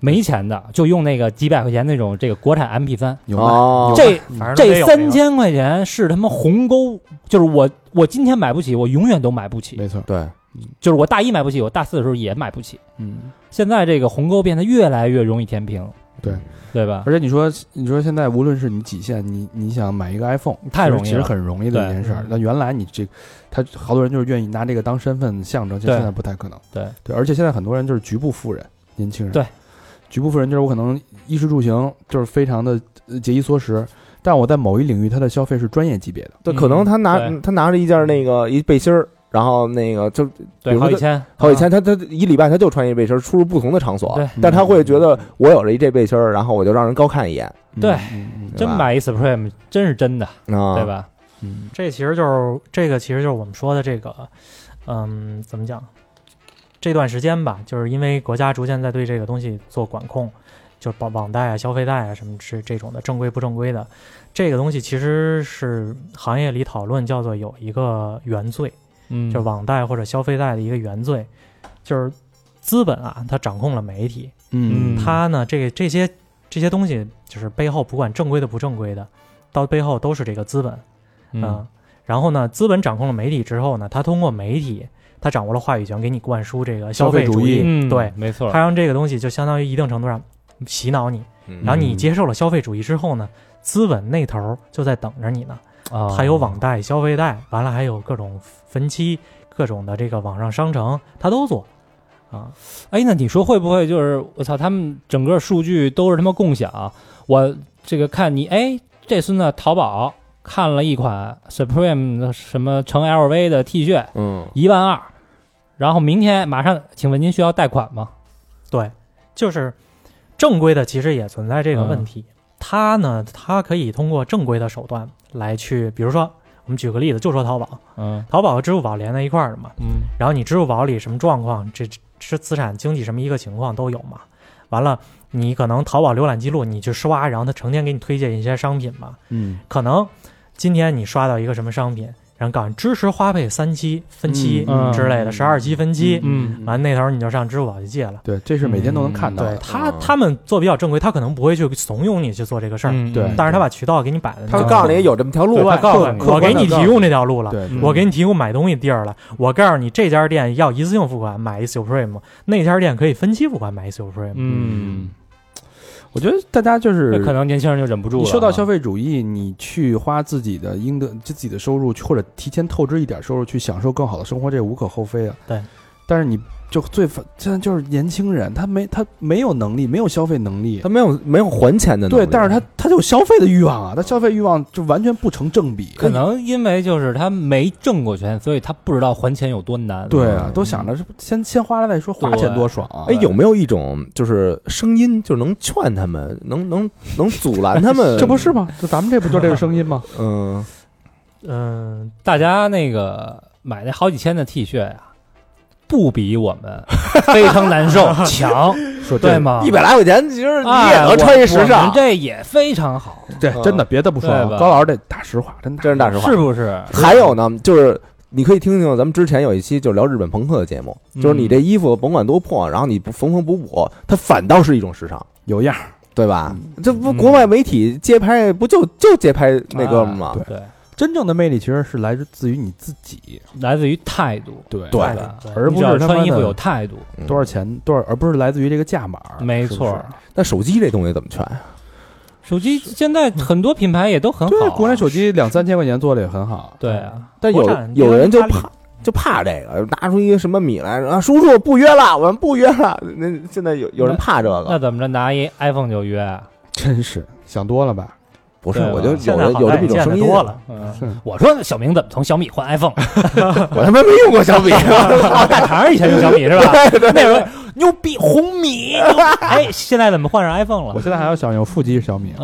没钱的就用那个几百块钱那种这个国产 MP 三。有吗？哦，这嗯反正都得这有三千块钱是他妈鸿沟，就是我我今天买不起，我永远都买不起。没错，对就是我大一买不起，我大四的时候也买不起。嗯。现在这个鸿沟变得越来越容易填平，对对吧？而且你说，你说现在无论是你几线，你你想买一个 iPhone，太容易了其实很容易的一对嗯件事儿。那原来你这，他好多人就是愿意拿这个当身份象征，其实对现在不太可能。对对，而且现在很多人就是局部富人，年轻人对，局部富人就是我可能衣食住行就是非常的呃节衣缩食，但我在某一领域他的消费是专业级别的，对，嗯可能他拿对他拿着一件那个一背心儿，然后那个就比对，如好说几千，好几天，他他一礼拜他就穿一背心儿，出入不同的场所对，但他会觉得我有了一这背心儿，然后我就让人高看一眼，对嗯嗯真吧买一 Supreme 真是真的，啊，对？吧？嗯这其实就是这个，其实就是我们说的这个，嗯，怎么讲？这段时间吧，就是因为国家逐渐在对这个东西做管控，就是网网贷啊、消费贷啊什么这这种的正规不正规的，这个东西其实是行业里讨论叫做有一个原罪，嗯，就是网贷或者消费贷的一个原罪，就是资本啊，它掌控了媒体，嗯，它呢，这个这些这些东西就是背后不管正规的不正规的，到背后都是这个资本。嗯嗯，然后呢，资本掌控了媒体之后呢，他通过媒体，他掌握了话语权，给你灌输这个消费消费主义义，嗯，对，没错他，让这个东西就相当于一定程度上洗脑你，然然后你接受了消费主义之后呢，资本那头就在等着你呢，啊还有网贷、消费贷，完了还有各种分期、各种的这个网上商城，他都做啊，哎，那你说会不会就是我操，他们整个数据都是他妈共享？我这个看你，哎，这孙子淘宝看了一款 Supreme 的什么成 LV 的 T 恤，嗯，一万二，然后明天马上，请问您需要贷款吗？对，就是正规的其实也存在这个问题。它呢，它可以通过正规的手段来去，比如说，我们举个例子，就说淘宝，嗯淘宝和支付宝连在一块儿的嘛，嗯然后你支付宝里什么状况，这是资产经济什么一个情况都有嘛。完了，你可能淘宝浏览记录你去刷，然后它成天给你推荐一些商品嘛，嗯可能今天你刷到一个什么商品，然后告诉你支持花呗三期分期嗯之类的，十二期分期，嗯完那头你就上支付宝去借了。对，这是每天都能看到对的，他，他们做比较正规，他可能不会去怂恿你去做这个事儿，嗯对但是他把渠道给你摆在那儿，他就告诉你有这么条路对，他，告诉你，客我观地给你提供这条路了，对，嗯我给你提供买东西地儿了，我告诉你这家店要一次性付款买一 Supreme，那家店可以分期付款买一 Supreme，、嗯，我觉得大家就是那可能年轻人就忍不住了。啊你说到消费，费主义，你去花自己的应得就自己的收入，或者提前透支一点收入去享受更好的生活，这无可厚非啊。对，但是你就最烦现在就是年轻人，他没他没有能力，没有消费能力他，没有没有还钱的能力，对，但是他他有消费的欲望啊，他消费欲望就完全不成正比。啊可能因为就是他没挣过钱，所以他不知道还钱有多难。对啊，都想着是先先花了再说，花钱多爽啊！哎，有没有一种就是声音，就是能劝他们，能能能阻拦他 们？这不是吗？就咱们这不就这个声音吗？嗯，嗯，大家那个买那好几千的 T 恤呀、不比我们非常难受强，说对？吗？一百来块钱，其实你也哎能穿一时我我们尚，这也非常好，对，真的别的不说啊对，吧高老师得大实话，真的真是大实话是。不是？还有呢，就是你可以听听咱们之前有一期就是聊日本朋克的节目，就是你这衣服甭管多破，然后你不缝缝补补，它反倒是一种时尚，有样儿。对吧？这不嗯国外媒体街拍不就就街拍那哥们儿啊吗？哎对，真正的魅力其实是来自于你自己，来自于态度，对对对吧对而不你只要是他妈穿衣服的有态度，嗯多少？钱多少，而不是来自于这个价码儿。没是不错是儿但手机这东西怎么啊劝？手机现在很多品牌也都很好对啊，，国内手机两三千块钱做的也很好。对啊，但国有产有人就压力怕就怕这个，拿出一个什么米来啊，叔叔不约了，我们不约了。那现在有有人怕这那个，怎么着拿一 iPhone 就约啊？真是想多了吧？不是对，吧我就有现在的好有这戴么一眼镜种声的音，多了，嗯我说小明怎么从小米换 iPhone？我他妈没用过小 米，啊，大肠以前用小米 是吧？那时候牛逼红米，牛逼哎，现在怎么换上 iPhone 我了？现在还有小米，我腹肌是小米。啊，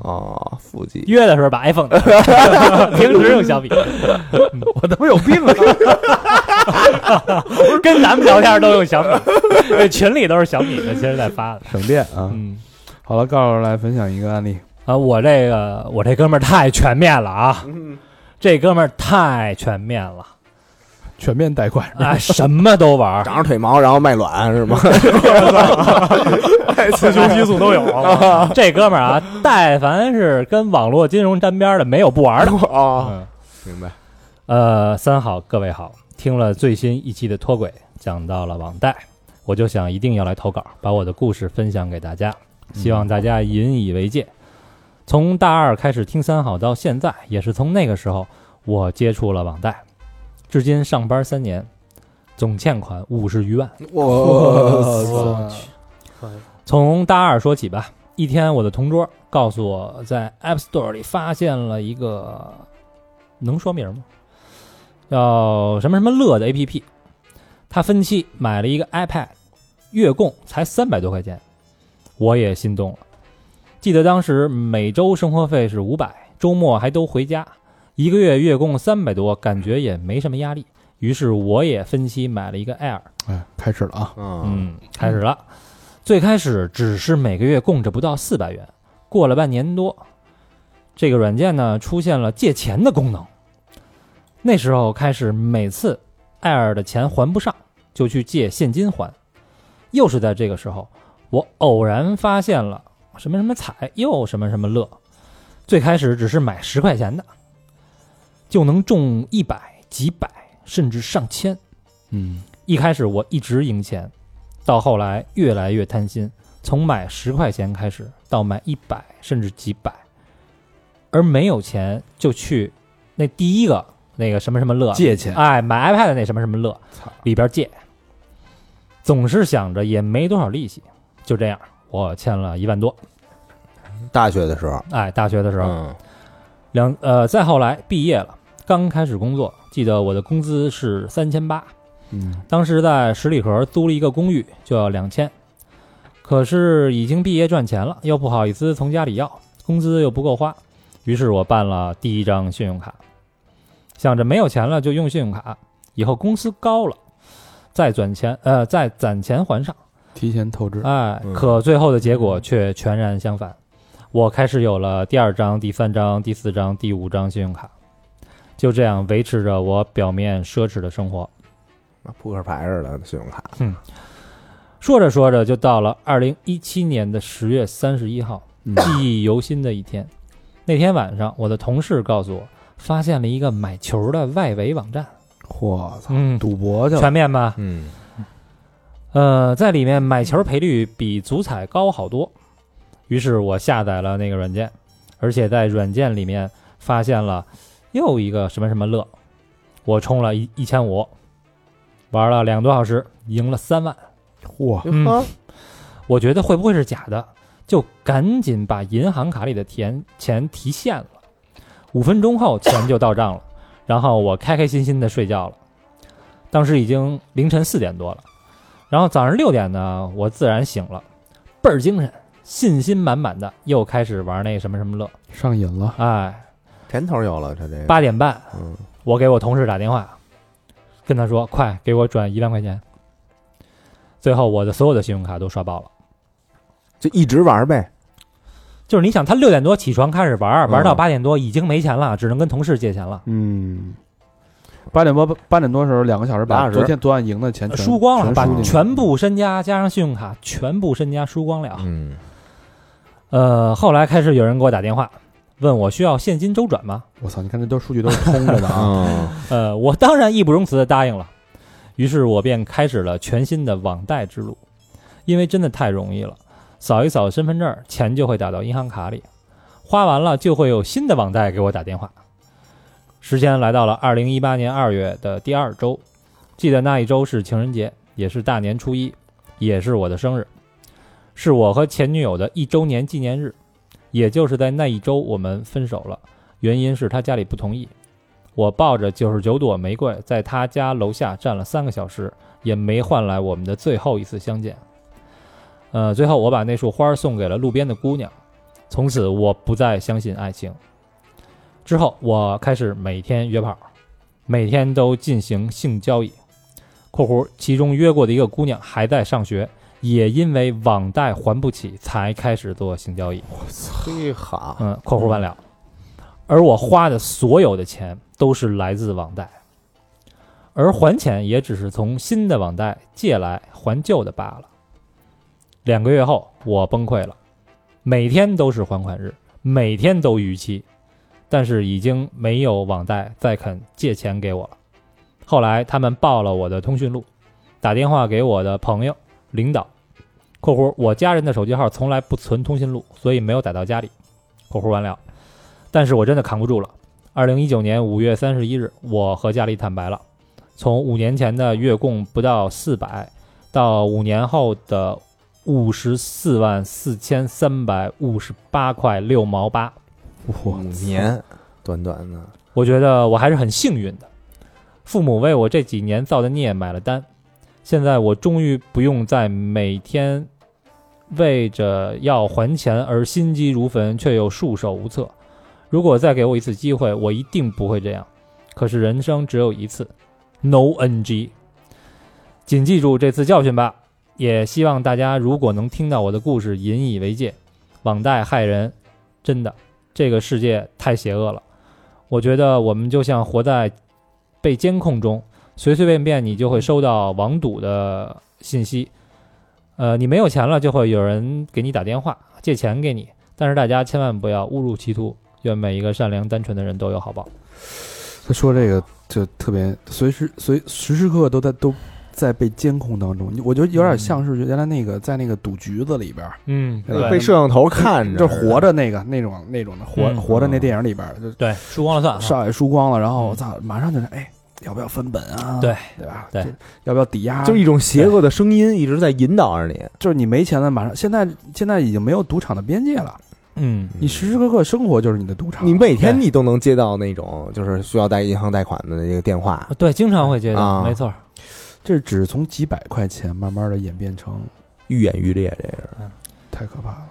哦，腹肌，约的时候把 iPhone，拿出来 平时用小米， 我他妈有病啊！跟咱们聊天都用小米，这群里都是小米的，其实在发的。省电啊！嗯，好了，告诉来分享一个案例，啊，我这个我这哥们儿太全面了啊，嗯这哥们儿太全面了全面贷款。啊，什么都玩儿，长着腿毛，然后卖卵是吗？ 雌雄激素都有。啊 这哥们儿啊，但凡是跟网络金融沾边儿的，没有不玩儿的。 哦，嗯，明白，呃，三好，各位好，听了最新一期的脱轨，讲到了网贷，我就想一定要来投稿，把我的故事分享给大家，嗯希望大家引以为戒。从大二开始听三好到现在，也是从那个时候我接触了网贷，至今上班三年，总欠款五十余万。 呃我去，从大二说起吧。一天，我的同桌告诉我，在 App Store 里发现了一个能说明吗？叫什么什么乐的 APP，他分期买了一个 iPad，月供才三百多块钱，我也心动了。记得当时每周生活费是五百，周末还都回家，一个月月供三百多，感觉也没什么压力。于是我也分期买了一个 Air，哎，开始了啊！嗯，嗯，开始了。最开始只是每个月供着不到四百元，过了半年多，这个软件呢出现了借钱的功能。那时候开始，每次艾尔的钱还不上，就去借现金还。又是在这个时候，我偶然发现了什么什么彩，又什么什么乐。最开始只是买十块钱的，就能中一百、几百，甚至上千。嗯，一开始我一直赢钱，到后来越来越贪心，从买十块钱开始，到买一百甚至几百，而没有钱就去那第一个那个什么什么乐，借钱哎，买 iPad 那什么什么乐里边借，总是想着也没多少利息，就这样我欠了一万多。嗯大学的时候，哎，大学的啊时候，嗯，两呃，再后来毕业了，刚开始工作，记得我的工资是三千八，嗯，当时在十里河租了一个公寓，就要两千，可是已经毕业赚钱了，又不好意思从家里要，工资又不够花，于是我办了第一张信用卡，想着没有钱了就用信用卡，以后工资高了再攒钱，呃，再攒钱还上。提前透支。哎嗯，可最后的结果却全然相反。我开始有了第二张、第三张、第四张、第五张信用卡，就这样维持着我表面奢侈的生活。那扑克牌似的信用卡，说着说着，就到了二零一七年的十月三十一号，嗯记忆犹新的一天。那天晚上，我的同事告诉我，发现了一个买球的外围网站。我操，嗯，赌博去了。全面吧？嗯，呃，在里面买球赔率比足彩高好多，于是我下载了那个软件，而且在软件里面发现了又一个什么什么乐，我充了一一千五，玩了两个多小时，赢了三万。嚯，嗯我觉得会不会是假的？就赶紧把银行卡里的钱钱提现了。五分钟后钱就到账了， 然后我开开心心的睡觉了。当时已经凌晨四点多了，然后早上六点呢，我自然醒了，倍儿精神，信心满满的，又开始玩那什么什么乐。上瘾了。哎，甜头有了，他这个，八点半嗯，我给我同事打电话，跟他说快给我转一万块钱。最后我的所有的信用卡都刷爆了。就一直玩呗，就是你想，他六点多起床开始玩儿，嗯玩到八点多已经没钱了，只能跟同事借钱了，嗯，八点多八点多的时候，两个小时俩把小时昨天昨晚赢的钱全输光了，全把输进去全部身家加上信用卡全部身家输光了。嗯，呃，后来开始有人给我打电话，问我需要现金周转吗？我操，你看这都数据都是通着的啊！啊，呃，我当然义不容辞的答应了。于是我便开始了全新的网贷之路，因为真的太容易了，扫一扫身份证，钱就会打到银行卡里，花完了就会有新的网贷给我打电话。时间来到了二零一八年二月的第二周，记得那一周是情人节，也是大年初一，也是我的生日，是我和前女友的一周年纪念日。也就是在那一周我们分手了，原因是他家里不同意。我抱着九十九朵玫瑰，在他家楼下站了三个小时，也没换来我们的最后一次相见。呃，最后我把那束花送给了路边的姑娘，从此我不再相信爱情。之后，我开始每天约炮，每天都进行性交易。（括弧其中约过的一个姑娘还在上学，也因为网贷还不起才开始做性交易。）嘿好，嗯，括弧完了。而我花的所有的钱都是来自网贷，而还钱也只是从新的网贷借来还旧的罢了。两个月后，我崩溃了，每天都是还款日，每天都逾期，但是已经没有网贷再肯借钱给我了。后来他们报了我的通讯录，打电话给我的朋友、领导（括弧我家人的手机号从来不存通讯录，所以没有打到家里）。（括弧完了）。但是我真的扛不住了。二零一九年五月三十一日，我和家里坦白了，从五年前的月供不到四百，到五年后的五十四万四千三百五十八块六毛八，五年短短的，我觉得我还是很幸运的，父母为我这几年造的孽买了单，现在我终于不用再每天为着要还钱而心急如焚，却又束手无策。如果再给我一次机会，我一定不会这样。可是人生只有一次，No NG，请记住这次教训吧。也希望大家如果能听到我的故事，引以为戒。网贷害人，真的，这个世界太邪恶了。我觉得我们就像活在被监控中，随随便便你就会收到网赌的信息。呃，你没有钱了，就会有人给你打电话借钱给你。但是大家千万不要误入歧途。愿每一个善良单纯的人都有好报。 他说这个就特别随时随时时刻刻都在都在被监控当中，我觉得有点像是原来那个在那个赌局子里边，嗯，对被摄像头看着，就活着那个那种那种的活嗯活着那电影里边，就对，输光了算少爷输光了，然后嗯我操，马上就是哎，要不要翻本啊？对对吧？对就，要不要抵押？就就是一种邪恶的声音一直在引导着你。就是你没钱了，马上现在现在已经没有赌场的边界了，嗯，你时时刻刻生活就是你的赌场。你每天你都能接到那种就是需要贷银行贷款的那个电话，对，经常会接到，啊没错儿。这只是从几百块钱慢慢的演变成愈演愈烈。这是太可怕了。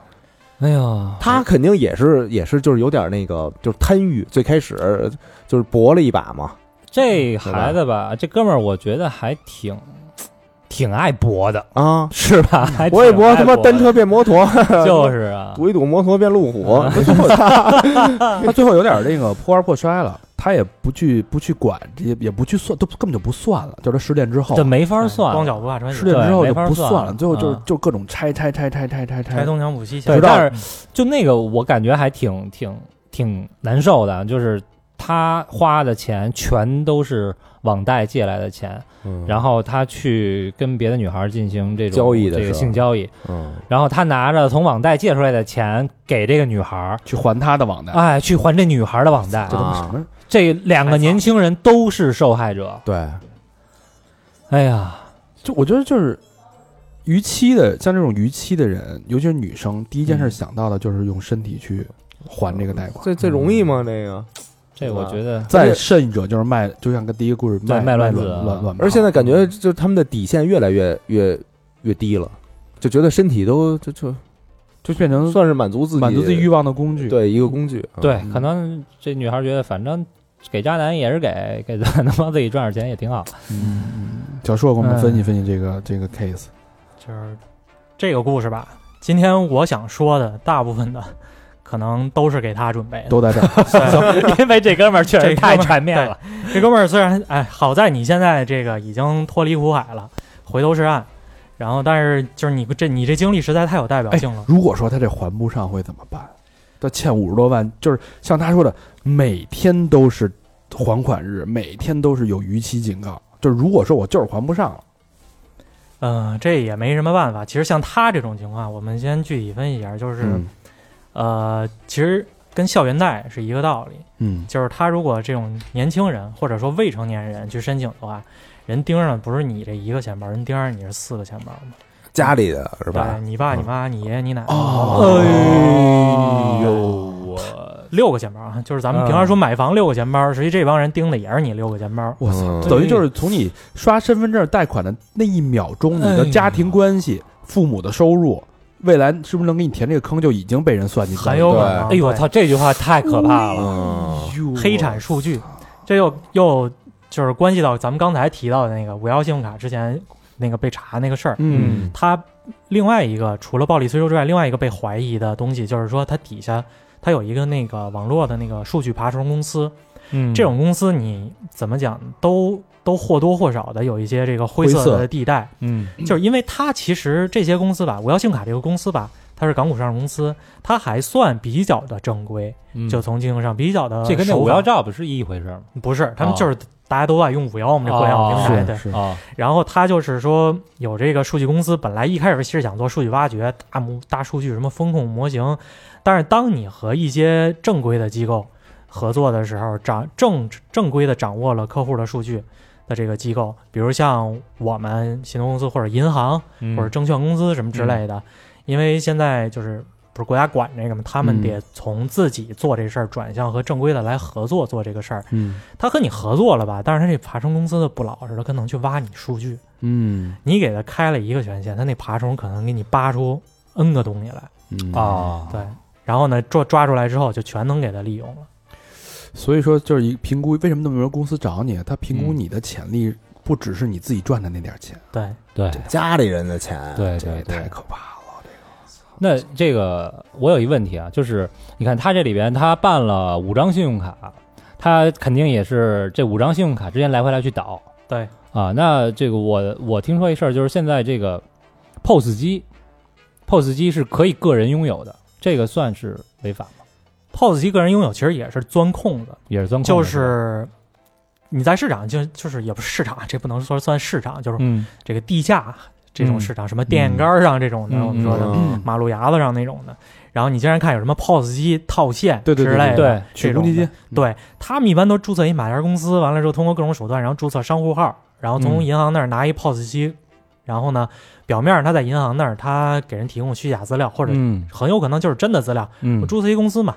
哎呀，他肯定也是也是就是有点那个就是贪欲，最开始就是搏了一把嘛，这孩子吧，这哥们儿，我觉得还挺挺爱搏的，啊，是吧？还搏一挺搏，爱他妈的单车变摩托， 就是啊，赌一赌摩托变路虎，他最后有点那个破罐破摔了，他也不去不去管这些，也不去算，都根本就不算了。就是他失恋之后这，没法算。啊光脚不怕穿失鞋，恋之后就不对没法算算了了，最后就嗯就各种拆拆拆拆拆拆拆拆。东墙补西墙直对，。到但是就那个，我感觉还挺挺挺难受的，就是他花的钱全都是网贷借来的钱， 嗯然后他去跟别的女孩进行这种交易的这个时候性交易，嗯，然后他拿着从网贷借出来的钱给这个女孩，去还他的网贷，哎，去还这女孩的网贷这。他妈啊什么？这两个年轻人都是受害者。对，哎嗯呀，就我觉得就是逾期的，像这种逾期的人，尤其是女生，第一件事想到的就是用身体去还这个贷款。这这容易吗？这个，这我觉嗯得再甚者就是卖，就像跟第一个故事对卖卵卵子卵卵卵泡。嗯而现在感觉就是他们的底线越来越越越低了，就觉得身体都就就就变成算是满足自己嗯满足自己欲望的工具。，对一个工具，啊对嗯，可能这女孩觉得反正给渣男也是给，给咱能帮自己赚点钱也挺好。嗯，小硕给我们分析分析这个这个 case。哎就是这个故事吧。今天我想说的大部分的，可能都是给他准备 的。都在这儿，对因为这哥们儿确实这哥们儿太全面了。 这哥们儿虽然哎，好在你现在这个已经脱离苦海了，回头是岸。然后，但是就是你这你这经历实在太有代表性了。哎如果说他这还不上会怎么办？他欠五十多万，就是像他说的，每天都是还款日，每天都是有逾期警告。就是如果说我就是还不上了，嗯、这也没什么办法。其实像他这种情况，我们先具体分析一下，就是、嗯呃，其实跟校园贷是一个道理。嗯，就是他如果这种年轻人或者说未成年人去申请的话，人盯上的不是你这一个钱包，人盯上你是四个钱包嘛，家里的是吧哦对？你爸、你妈、你爷爷、你奶奶。哦，哎哎呦，我呃六个钱包啊，就是咱们平常说买房六个钱包，实际这帮人盯的也是你六个钱包。我操，嗯等于就是从你刷身份证贷款的那一秒钟，你哎的家庭关系、父母的收入，未来是不是能给你填这个坑就已经被人算计到了？很有可能，哎呦我操，这句话太可怕了，嗯，哟黑产数据，这又又就是关系到咱们刚才提到的那个五幺信用卡之前那个被查那个事儿。嗯，它另外一个除了暴力催收之外，另外一个被怀疑的东西就是说，它底下它有一个那个网络的那个数据爬虫公司，嗯，这种公司你怎么讲都都或多或少的有一些这个灰灰色色的地带，嗯就是因为它其实这些公司吧，五幺信用卡这个公司吧，它是港股上市公司，它还算比较的正规，嗯就从经营上比较啊的这跟那守五法幺 job 是一回事儿吗？不是，他们哦就是大家都爱用五幺我们这互联网平台，是对。是，啊，然后他就是说有这个数据公司，本来一开始是想做数据挖掘、大模、大数据什么风控模型，但是当你和一些正规的机构合作的时候，掌正正规的掌握了客户的数据的这个机构，比如像我们信托公司或者银行嗯或者证券公司什么之类的，因为现在就是。不是国家管这个嘛，他们嗯得从自己做这事儿转向和正规的来合作做这个事儿。嗯他和你合作了吧，但是他这爬虫公司的不老实，他可能去挖你数据。嗯你给它开了一个权限，它那爬虫可能给你扒出 N 个东西来，嗯，啊，对，然后呢抓抓出来之后就全能给它利用了。所以说就是一评估，为什么那么多公司找你？他评估嗯你的潜力不只是你自己赚的那点钱，对，对家里人的钱，对这对也太对。可怕了。那这个我有一问题啊，就是你看他这里边他办了五张信用卡，他肯定也是这五张信用卡之间来回来去倒。对啊，那这个我我听说一事儿，就是现在这个 POS 机，POS 机是可以个人拥有的，这个算是违法吗？ POS 机个人拥有其实也是钻空子，也是钻空子就是你在市场就就是也不是市场，这不能说算市场，就是嗯这个地价这种市场，什么电线杆上这种的，嗯我们说的、嗯马路牙子上那种的，然后你竟然看有什么 POS 机套现对对之对类的，对去这公种积金的，嗯对他们一般都注册一马甲公司，完了之后通过各种手段，然后注册商户号，然后从嗯银行那儿拿一 POS 机，然后呢，表面上他在银行那儿他给人提供虚假资料，或者嗯很有可能就是真的资料。嗯我注册一公司嘛，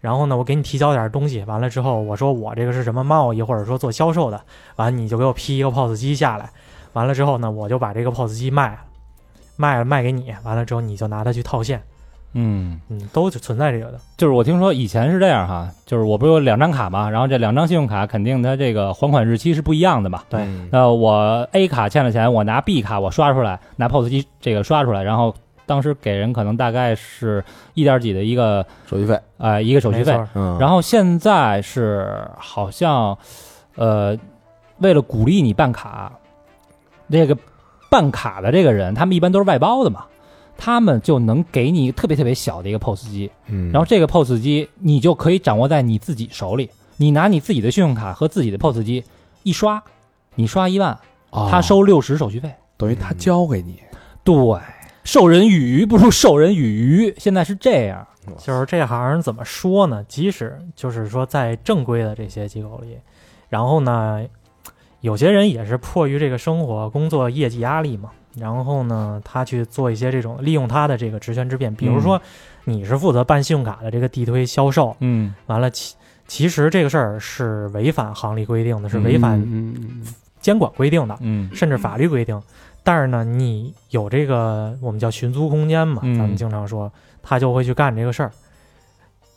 然后呢，我给你提交点东西，完了之后我说我这个是什么贸易或者说做销售的，完了你就给我批一个 POS 机下来，完了之后呢，我就把这个 POS 机卖了，卖了卖给你，完了之后你就拿它去套现，嗯，嗯，都存在这个的。就是我听说以前是这样哈，就是我不是有两张卡嘛，然后这两张信用卡肯定它这个还款日期是不一样的嘛。对嗯那我 A 卡欠了钱，我拿 B 卡我刷出来，拿 POS 机这个刷出来，然后当时给人可能大概是一点几的一个手续费，呃一个手续没费错，嗯，然后现在是好像，呃，为了鼓励你办卡，这个办卡的这个人，他们一般都是外包的嘛，他们就能给你特别特别小的一个 POS 机，嗯，然后这个 POS 机你就可以掌握在你自己手里，你拿你自己的信用卡和自己的 POS 机一刷，你刷一万，哦他收六十手续费，等于他交给你，对。授人以鱼不如授人以渔，现在是这样。就是这行怎么说呢？即使就是说在正规的这些机构里，然后呢，有些人也是迫于这个生活、工作、业绩压力嘛，然后呢，他去做一些这种利用他的这个职权之便，比如说你是负责办信用卡的这个地推销售，嗯，完了其其实这个事儿是违反行业规定的，是违反嗯嗯嗯监管规定的，嗯甚至法律规定。但是呢，你有这个我们叫寻租空间嘛，嗯咱们经常说，他就会去干这个事儿。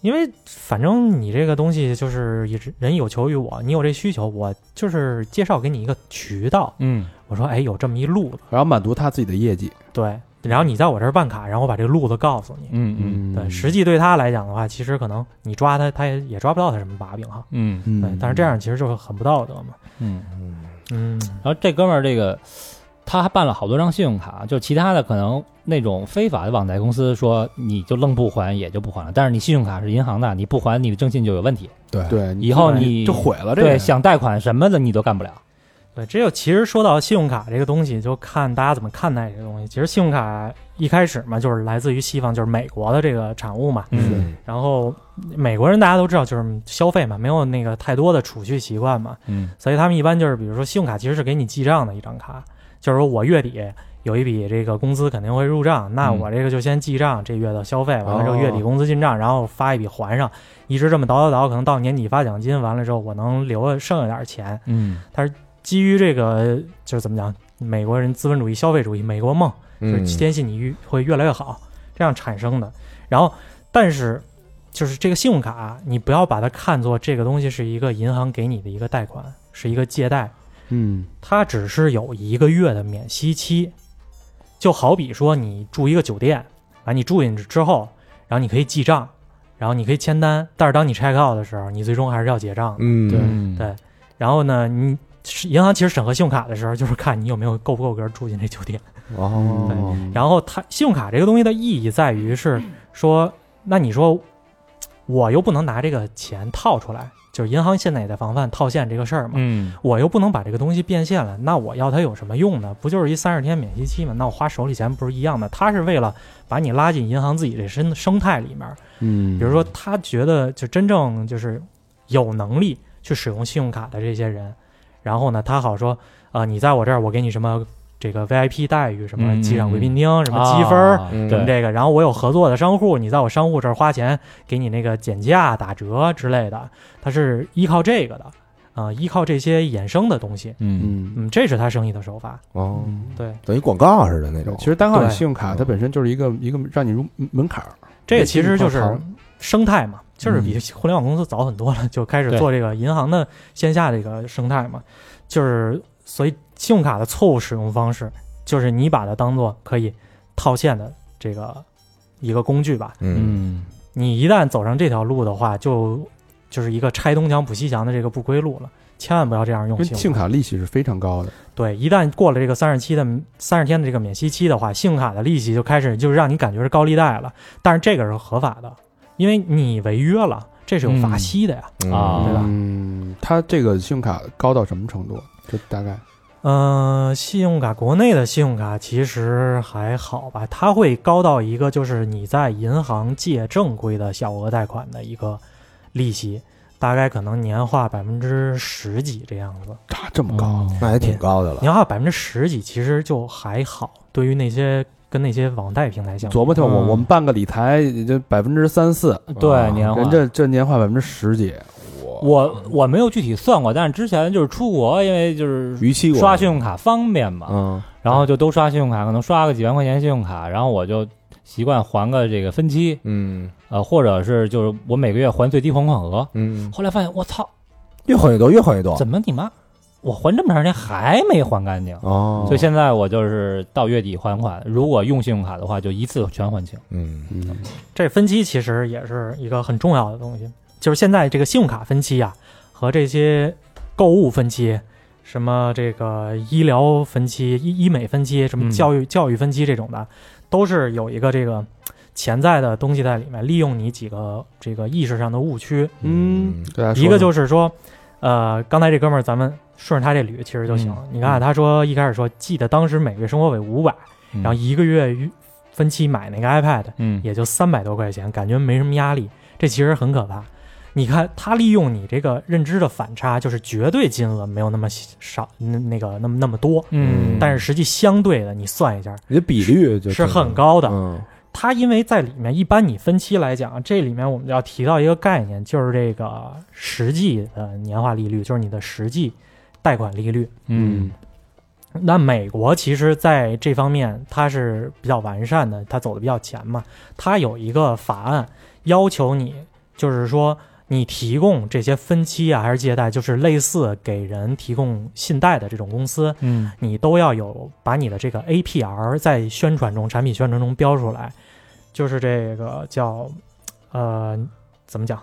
因为反正你这个东西就是一直人有求于我，你有这需求，我就是介绍给你一个渠道。嗯我说，哎，有这么一路子，然后满足他自己的业绩，对，然后你在我这儿办卡，然后我把这个路子告诉你。嗯嗯嗯，对，实际对他来讲的话，其实可能你抓他，他也也抓不到他什么把柄哈。嗯嗯，对，但是这样其实就是很不道德嘛。嗯。嗯，然后这哥们儿这个他还办了好多张信用卡，就其他的可能那种非法的网贷公司说你就愣不还也就不还了，但是你信用卡是银行的，你不还你的征信就有问题，对对，以后你就毁了这对个，想贷款什么的你都干不了。对，这就其实说到信用卡这个东西，就看大家怎么看待这个东西。其实信用卡一开始嘛，就是来自于西方，就是美国的这个产物嘛。嗯然后美国人大家都知道，就是消费嘛，没有那个太多的储蓄习惯嘛，嗯所以他们一般就是，比如说信用卡其实是给你记账的一张卡，就是说我月底有一笔这个工资肯定会入账，那嗯我这个就先记账，这月的消费，完了之后月底哦工资进账，然后发一笔还上，一直这么倒倒倒，可能到年底发奖金，完了之后我能留剩下点钱。嗯基于这个就是怎么讲，美国人资本主义、消费主义、美国梦，嗯就是坚信你越会越来越好，这样产生的。然后，但是就是这个信用卡，你不要把它看作这个东西是一个银行给你的一个贷款，是一个借贷，嗯它只是有一个月的免息期。就好比说你住一个酒店，完你住进去之后，然后你可以记账，然后你可以签单，但是当你 check out 的时候，你最终还是要结账的。对嗯，对然后呢，你是银行其实审核信用卡的时候，就是看你有没有够不够格住进这酒店。哦，然后它信用卡这个东西的意义在于是说，那你说我又不能拿这个钱套出来，就是银行现在也在防范套现这个事儿嘛，嗯，我又不能把这个东西变现了，那我要它有什么用呢？不就是一三十天免息期嘛？那我花手里钱不是一样的？它是为了把你拉进银行自己的生生态里面，嗯比如说他觉得就真正就是有能力去使用信用卡的这些人，然后呢，他好说啊、呃你在我这儿我给你什么这个 VIP 待遇，什么嗯机长嗯贵宾厅，什么积分儿。啊嗯什么对，这个，然后我有合作的商户，你在我商户这儿花钱给你那个减价、打折之类的，他是依靠这个的，啊、依靠这些衍生的东西，嗯，嗯嗯，这是他生意的手法。哦，对，等于广告似的那种，其实单号对信用卡它本身就是一个一个让你入门槛儿，这个其实就是信用卡生态嘛，就是比互联网公司早很多了，就开始对做这个银行的线下这个生态嘛。就是所以信用卡的错误使用方式，就是你把它当做可以套现的这个一个工具吧。嗯，你一旦走上这条路的话，就就是一个拆东墙补西墙的这个不归路了。千万不要这样因用为信信用用卡。卡利息是非常高的，对，一旦过了这个三十期的三十天的这个免息期的话，信用卡的利息就开始就是让你感觉是高利贷了，但是这个是合法的，因为你违约了，这是有罚息的呀。嗯啊对吧嗯，它这个信用卡高到什么程度？就大概嗯、信用卡国内的信用卡其实还好吧，它会高到一个就是你在银行借正规的小额贷款的一个利息，大概可能年化百分之十几这样子。它这么高，高，那也挺高的了年化百分之十几其实就还好，对于那些跟那些网贷平台相比，琢磨琢磨，嗯我们办个理财也就百分之三四，对，年化人啊这这年化百分之十几，我我没有具体算过，但是之前就是出国，因为就是逾期过刷信用卡方便嘛，嗯然后就都刷信用卡，可能刷个几万块钱信用卡，然后我就习惯还个这个分期，嗯呃，或者是就是我每个月还最低还款额。嗯，后来发现我操，越混越多，越混越多，怎么你妈，我还这么长时间还没还干净？哦，所以现在我就是到月底还款，如果用信用卡的话，就一次全还清。嗯嗯，这分期其实也是一个很重要的东西，就是现在这个信用卡分期啊，和这些购物分期，什么这个医疗分期、医医美分期，什么嗯教育、教育分期这种的，都是有一个这个潜在的东西在里面，利用你几个这个意识上的误区。嗯，对啊，一个说就是说，呃，刚才这哥们儿，咱们顺着他这捋其实就行了。你看啊、他说一开始说，记得当时每个月生活费五百，嗯然后一个月分期买那个 iPad，嗯，也就三百多块钱，感觉没什么压力，这其实很可怕。你看，他利用你这个认知的反差，就是绝对金额没有那么少，那那个那么那么多，嗯但是实际相对的，你算一下你的比率就是很高的。嗯它因为在里面，一般你分期来讲，这里面我们要提到一个概念，就是这个实际的年化利率，就是你的实际贷款利率。嗯那美国其实在这方面它是比较完善的，它走的比较前嘛。它有一个法案要求你，就是说你提供这些分期啊，还是借贷，就是类似给人提供信贷的这种公司，嗯你都要有把你的这个 APR 在宣传中、产品宣传中标出来，就是这个叫呃怎么讲，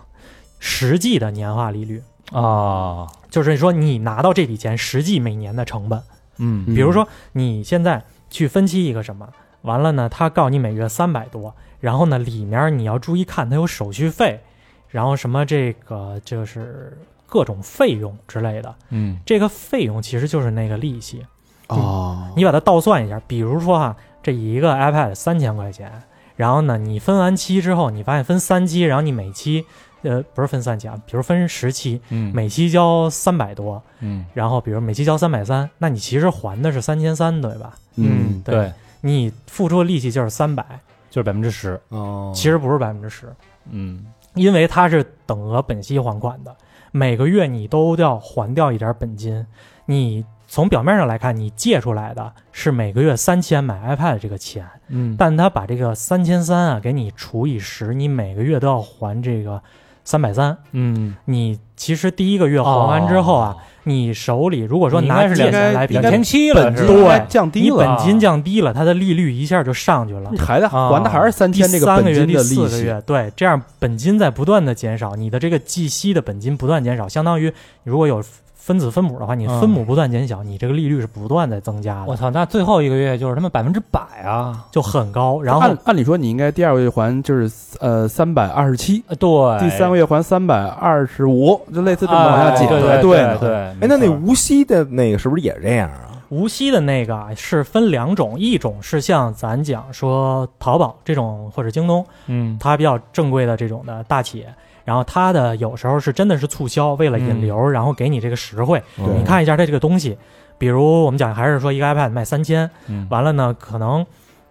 实际的年化利率，啊，就是说你拿到这笔钱实际每年的成本。嗯比如说你现在去分期一个什么，完了呢，他告你每月三百多，然后呢，里面你要注意看，它有手续费，然后什么这个就是各种费用之类的，嗯这个费用其实就是那个利息，哦，你把它倒算一下，比如说哈，这一个 iPad 三千块钱，然后呢，你分完期之后，你发现分三期，然后你每期。呃，不是分三期啊，比如分十期，嗯每期交三百多，嗯然后比如每期交三百三，那你其实还的是三千三，对吧？嗯，对，，你付出的力气就是三百，就是百分之十，哦，其实不是百分之十，嗯，因为它是等额本息还款的，每个月你都要还掉一点本金。你从表面上来看，你借出来的是每个月三千买 iPad 的这个钱，嗯但他把这个三千三啊给你除以十，你每个月都要还这个三百三。嗯，你其实第一个月还完之后啊，，你手里如果我说拿借钱来哎比哦应两该千七了，本金是吧应该降低你了，本金降低了，啊它的利率一下就上去了。你还得嗯啊还的还是三千第这个三本个月、金第的四利个息，月，对，这样本金在不断的减少，你的这个计息的本金不断减少，相当于如果有分子分母的话，你嗯分母不断减小，你这个利率是不断在增加我的，操，那最后一个月就是他妈百分之百啊，就很高。然后按按理说你应该第二个月还就是呃三百二十七，呃对，第三个月还三百二十五，就类似这么往下减。哎对对对呢对，哎哎，那那无锡的那个是不是也是这样啊？无锡的那个啊是分两种，一种是像咱讲说淘宝这种或者京东，嗯它比较正规的这种的大企业，然后它的有时候是真的是促销，为了引流，嗯然后给你这个实惠。对你看一下它这个东西，比如我们讲还是说一个 iPad 卖三千，嗯完了呢可能。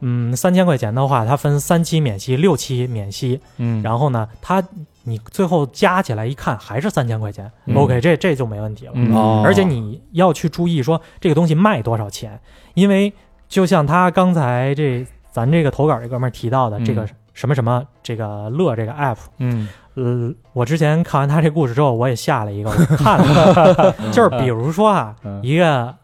嗯，三千块钱的话，它分三期免息、六期免息，嗯，后然后呢，它你最后加起来一看还是三千块钱、嗯 o k 这这就没问题了。嗯哦而且你要去注意说这个东西卖多少钱，因为就像他刚才这咱这个投稿这哥们儿提到的嗯这个什么什么这个乐这个 app，嗯呃，我之前看完他这故事之后，我也下了一个，我看 了，就是比如说啊嗯，一个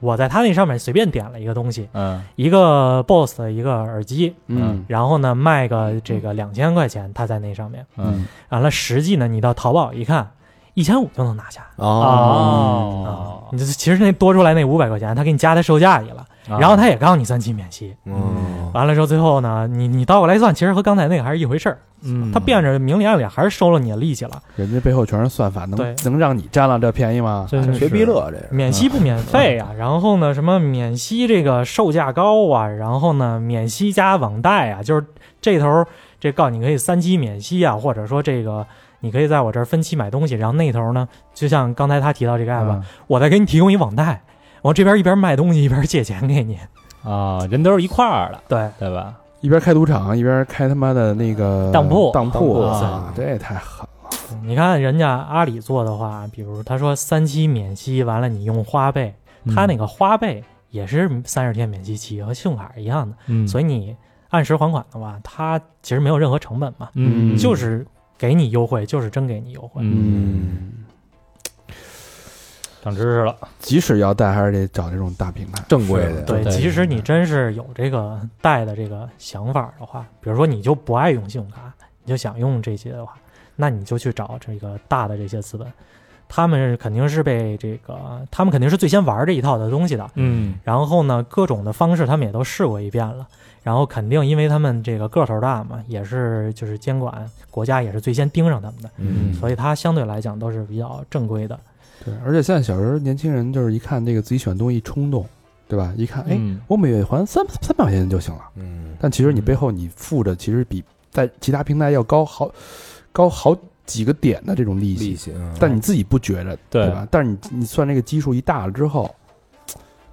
我在他那上面随便点了一个东西，嗯一个 BOSS 的一个耳机，嗯然后呢卖个这个两千块钱，他在那上面，嗯完了实际呢你到淘宝一看，一千五就能拿下。哦啊哦你这其实那多出来那五百块钱，他给你加在售价里了，啊然后他也告诉你三期免息。嗯，完了之后，最后呢，你你倒过来算，其实和刚才那个还是一回事儿。嗯他变着明里暗里还是收了你的利息了。人家背后全是算法，能对能让你占了这便宜吗？哎啊真学是逼乐这嗯是。免息不免费啊，然后呢，什么免息这个售价高啊，然后呢，免息加网贷啊，就是这头儿这告诉你可以三期免息啊，或者说这个你可以在我这儿分期买东西，然后那头呢，就像刚才他提到这个 app，、嗯吧？我再给你提供一网贷，我这边一边卖东西一边借钱给你，啊，人都是一块儿的，对。对吧？一边开赌场一边开他妈的那个当铺当铺当铺啊，这也太狠了。你看人家阿里做的话，比如他说三期免息，完了你用花呗，他那个花呗也是三十天免息期，和信用卡一样的，嗯，所以你按时还款的话，它其实没有任何成本嘛，嗯就是给你优惠，就是真给你优惠。嗯，长知识了，即使要贷，还是得找这种大平台。正规的，对，对即使你真是有这个贷的这个想法的话，比如说你就不爱用信用卡，你就想用这些的话，那你就去找这个大的这些资本，他们肯定是被这个，他们肯定是最先玩这一套的东西的，嗯然后呢，各种的方式他们也都试过一遍了，然后肯定因为他们这个个头大嘛，也是就是监管国家也是最先盯上他们的，嗯所以它相对来讲都是比较正规的。对，而且现在小时候年轻人就是一看这个自己喜欢东西冲动，对吧？一看，哎，嗯我每月还三三百块钱就行了。嗯，但其实你背后你付着其实比在其他平台要高好高好几个点的这种利息，利息，嗯但你自己不觉着，对吧？但是你你算这个基数一大了之后，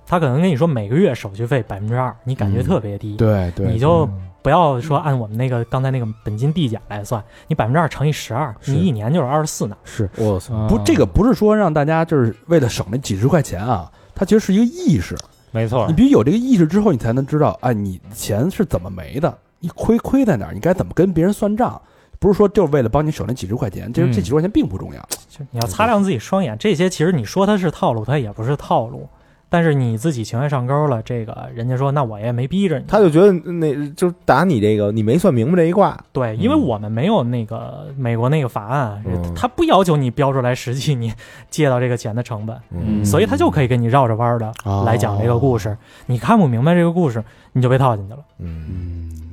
他可能跟你说每个月手续费百分之二，你感觉特别低，嗯对对，你就不要说按我们那个刚才那个本金递减来算，你百分之二乘以十二，是你一年就是二十四呢。是我操，不这个不是说让大家就是为了省那几十块钱啊，它其实是一个意识。没错你，必须有这个意识之后，你才能知道，哎，你钱是怎么没的，你亏亏在哪儿，你该怎么跟别人算账。不是说就是为了帮你省那几十块钱，这嗯这几十块钱并不重要。就是你要擦亮自己双眼，这些其实你说它是套路，它也不是套路。但是你自己情愿上钩了，这个人家说那我也没逼着你，他就觉得那就是打你这个，你没算明白这一卦，对，因为嗯我们没有那个美国那个法案，嗯他不要求你标出来实际你 借到这个钱的成本，嗯所以他就可以给你绕着弯儿的哦来讲这个故事。你看不明白这个故事，你就被套进去了。嗯，嗯，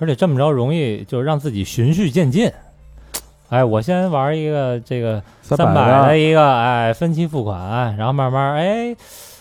而且这么着容易就是让自己循序渐进。哎，我先玩一个这个三三百的的一个，哎，分期付款，然后慢慢，哎，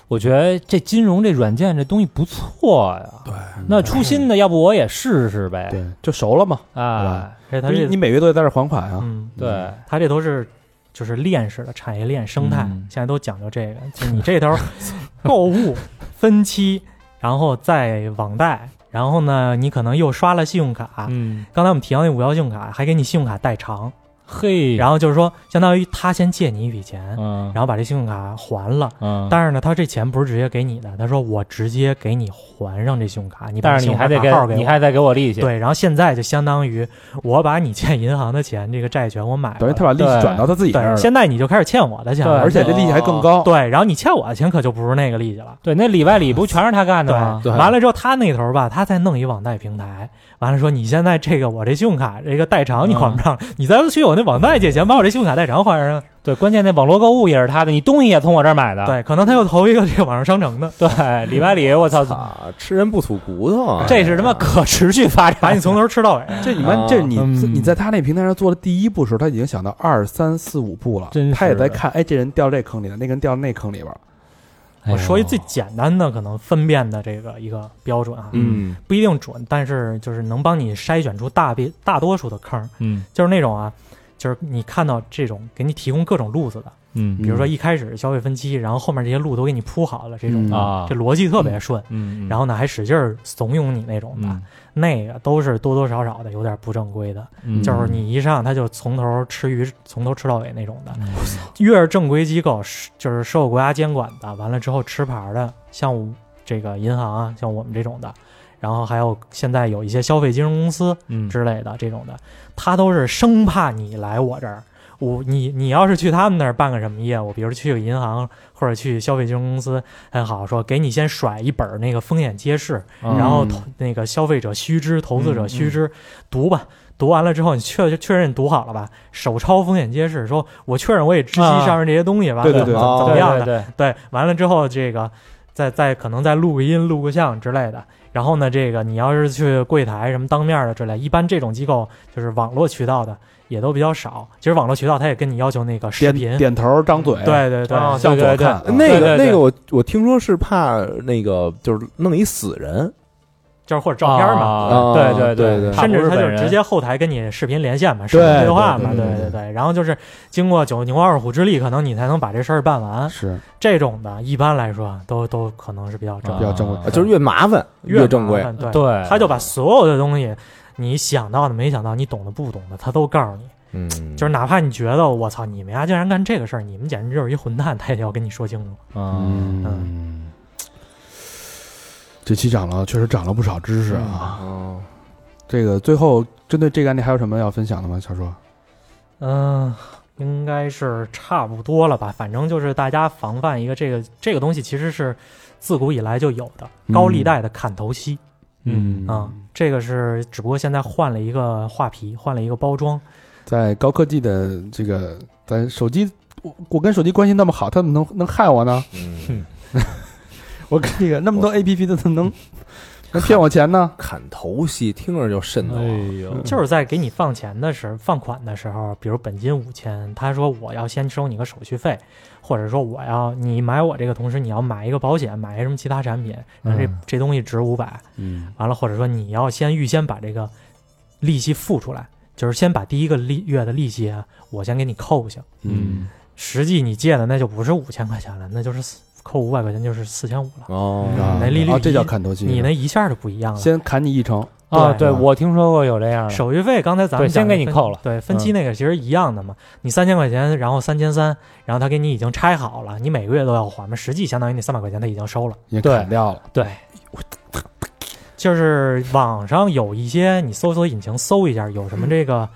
我觉得这金融这软件这东西不错呀。对那出新的，要不我也试试呗？对，就熟了嘛。哎，而且他因为这你，每月都得在这还款啊。嗯，对，他这都是就是链式的产业链生态，嗯现在都讲究这个。就你这头 购物、分期、然后再网贷，然后呢，你可能又刷了信用卡。嗯，刚才我们提到那五幺信用卡，还给你信用卡代偿，嗯嘿，然后就是说，相当于他先借你一笔钱，嗯，然后把这信用卡还了。嗯，但是呢，他这钱不是直接给你的，他说我直接给你还上这信用卡，你把但是信你用还卡得卡号给，给你我。还得给我利息，对，然后现在就相当于我把你欠银行的钱，这个债权我买了，等于他把利息对转到他自己那儿对，了，现在你就开始欠我的钱对了，而且这利息还更高。对，然后你欠我的钱可就不是那个利息了。对，那里外里不全是他干的吗？对完了之后，他那头儿吧，他再弄一网贷平台，完了说你现在这个我这信用卡这个代偿你还不嗯上，你再去我那网贷借钱，把我这信用卡代偿还上。对，关键那网络购物也是他的，你东西也从我这儿买的，对，可能他又投一个这个网上商城的，对，里外里 我操，啊，吃人不吐骨头啊，这是他妈可持续发 把展，你从头吃到哎尾。这你们，啊这是你嗯你在他那平台上做的第一步时，候，他已经想到二三四五步了真。是他也在看，哎，这人掉这坑里了，那个人掉那坑里边了。哎呦我说一最简单的可能分辨的这个一个标准啊，嗯不一定准，但是就是能帮你筛选出大别大多数的坑儿，嗯就是那种啊，就是你看到这种给你提供各种路子的，嗯比如说一开始消费分期，然后后面这些路都给你铺好了，这种、嗯啊这逻辑特别顺，嗯，然后呢还使劲儿怂恿你那种的，嗯那个都是多多少少的有点不正规的，嗯就是你一上他就从头吃鱼，从头吃到尾那种的。越是正规机构，是就是受国家监管的，完了之后持牌的，像我这个银行啊，像我们这种的，然后还有现在有一些消费金融公司嗯之类的这种的，他都是生怕你来我这儿。我你你要是去他们那儿办个什么业务，比如去个银行或者去消费金融公司，很好说，给你先甩一本儿那个风险揭示，嗯然后投那个消费者须知、投资者须知，读吧。读完了之后，你确确认读好了吧？手抄风险揭示，说我确认我也知悉啊上面这些东西，完对对了对怎哦么样的？对，对，完了之后这个再再可能再录个音、录个像之类的。然后呢，这个你要是去柜台什么当面的之类，一般这种机构就是网络渠道的也都比较少。其实网络渠道它也跟你要求那个视点频，点头，张嘴，，对对对，啊向对左对看。对啊那对对个对那个我我听说是怕那个就是弄一死人就是或者照片嘛，啊对对对对甚至他就是他不本直人接后台跟你视频连线嘛，视频对话嘛，对对对对对。然后就是经过九牛二虎之力，可能你才能把这事儿办完。是这种的，一般来说都都可能是比较正比较正啊规，啊就是越麻烦越正规麻。烦对，对，他就把所有的东西，你想到的、没想到、你懂的、不懂的，他都告诉你。嗯，就是哪怕你觉得我操，你们家竟然干这个事儿，你们简直就是一混蛋，他也要跟你说清楚。嗯嗯，这期长了，确实长了不少知识啊。哦，这个最后针对这个案例还有什么要分享的吗？小叔，嗯，应该是差不多了吧。反正就是大家防范一个这个这个东西，其实是自古以来就有的嗯高利贷的砍头息嗯啊、这个是只不过现在换了一个画皮，换了一个包装。在高科技的这个，咱手机，我我跟手机关系那么好，他怎么能能害我呢？嗯我跟这个那么多 A P P 的，怎么能 能骗我钱呢？砍头戏听着就瘆哎得慌。呦就是在给你放钱的时候，放款的时候，比如本金五千，他说我要先收你个手续费，或者说我要你买我这个，同时你要买一个保险，买一个什么其他产品，然后这、嗯这东西值五百，嗯完了，或者说你要先预先把这个利息付出来，就是先把第一个利月的利息啊，我先给你扣下。嗯，实际你借的那就不是五千块钱了，那就是四扣五百块钱就是四千五了。哦，啊那利率啊这叫一砍头机，你那一下就不一样了。先砍你一成，啊，对对我听说过有这样的，手续费刚才咱们啊对先讲的给你分扣了嗯对，分期那个其实一样的嘛。你三千块钱，然后三千三，然后他给你已经拆好了，你每个月都要还嘛，实际相当于那三百块钱他已经收了。已经砍掉了。对，就是网上有一些你搜索引擎搜一下，有什么这个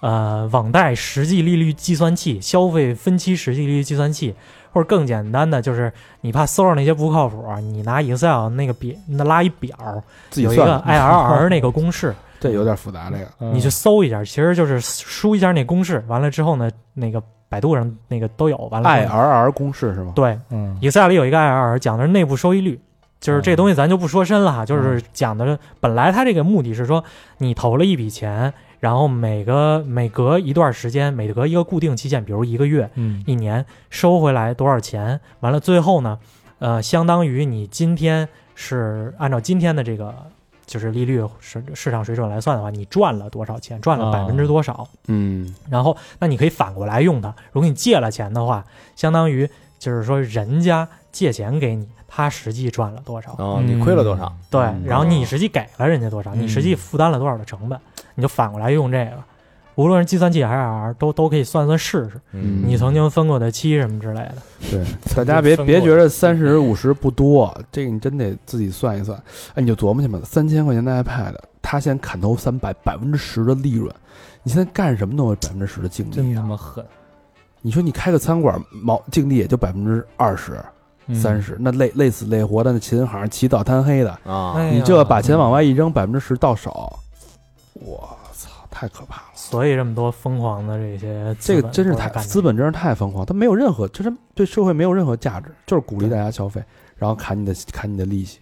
呃网贷实际利率计算器、消费分期实际利率计算器，或者更简单的就是你怕搜上那些不靠谱，啊你拿 Excel 那个表那拉一表，自己有一算个吧， IRR 那个公式，这有点复杂，这个你去搜一下，其实就是输一下那公式，完了之后呢，那个百度上那个都有，完了之后 IRR 公式是吗？对嗯 Excel 里有一个 IRR，讲的是内部收益率，就是这东西咱就不说深了哈，就是讲的是本来它这个目的是说你投了一笔钱，然后每个每隔一段时间，每隔一个固定期限，比如一个月、嗯一年，收回来多少钱，完了最后呢，呃，相当于你今天是按照今天的这个。就是利率市市场水准来算的话，你赚了多少钱？赚了啊百分之多少？嗯然后，那你可以反过来用它。如果你借了钱的话，相当于就是说人家借钱给你，他实际赚了多少？哦，你亏了多少？对，嗯然后你实际给了人家多少，嗯你实际负担了多少的成本，你就反过来用这个，无论是计算器还是 R，都都可以算算试试，嗯你曾经分过的期什么之类的。对，大家别别觉得三十五十不多，这个你真得自己算一算。哎，你就琢磨去吧，三千块钱的 iPad，他先砍头三百百分之十的利润，你现在干什么都有百分之十的净利真他啊？妈狠，你说你开个餐馆，毛净利也就百分之二十、嗯嗯三十，那累累死累活的那琴行起早贪黑的，啊哎，呀你这把钱往外一扔，百分之十到手，我操，太可怕了。所以这么多疯狂的这些资这本个真是太都干这资本，真是太疯狂，它没有任何，就是对社会没有任何价值，就是鼓励大家消费，然后砍你的砍你的利息。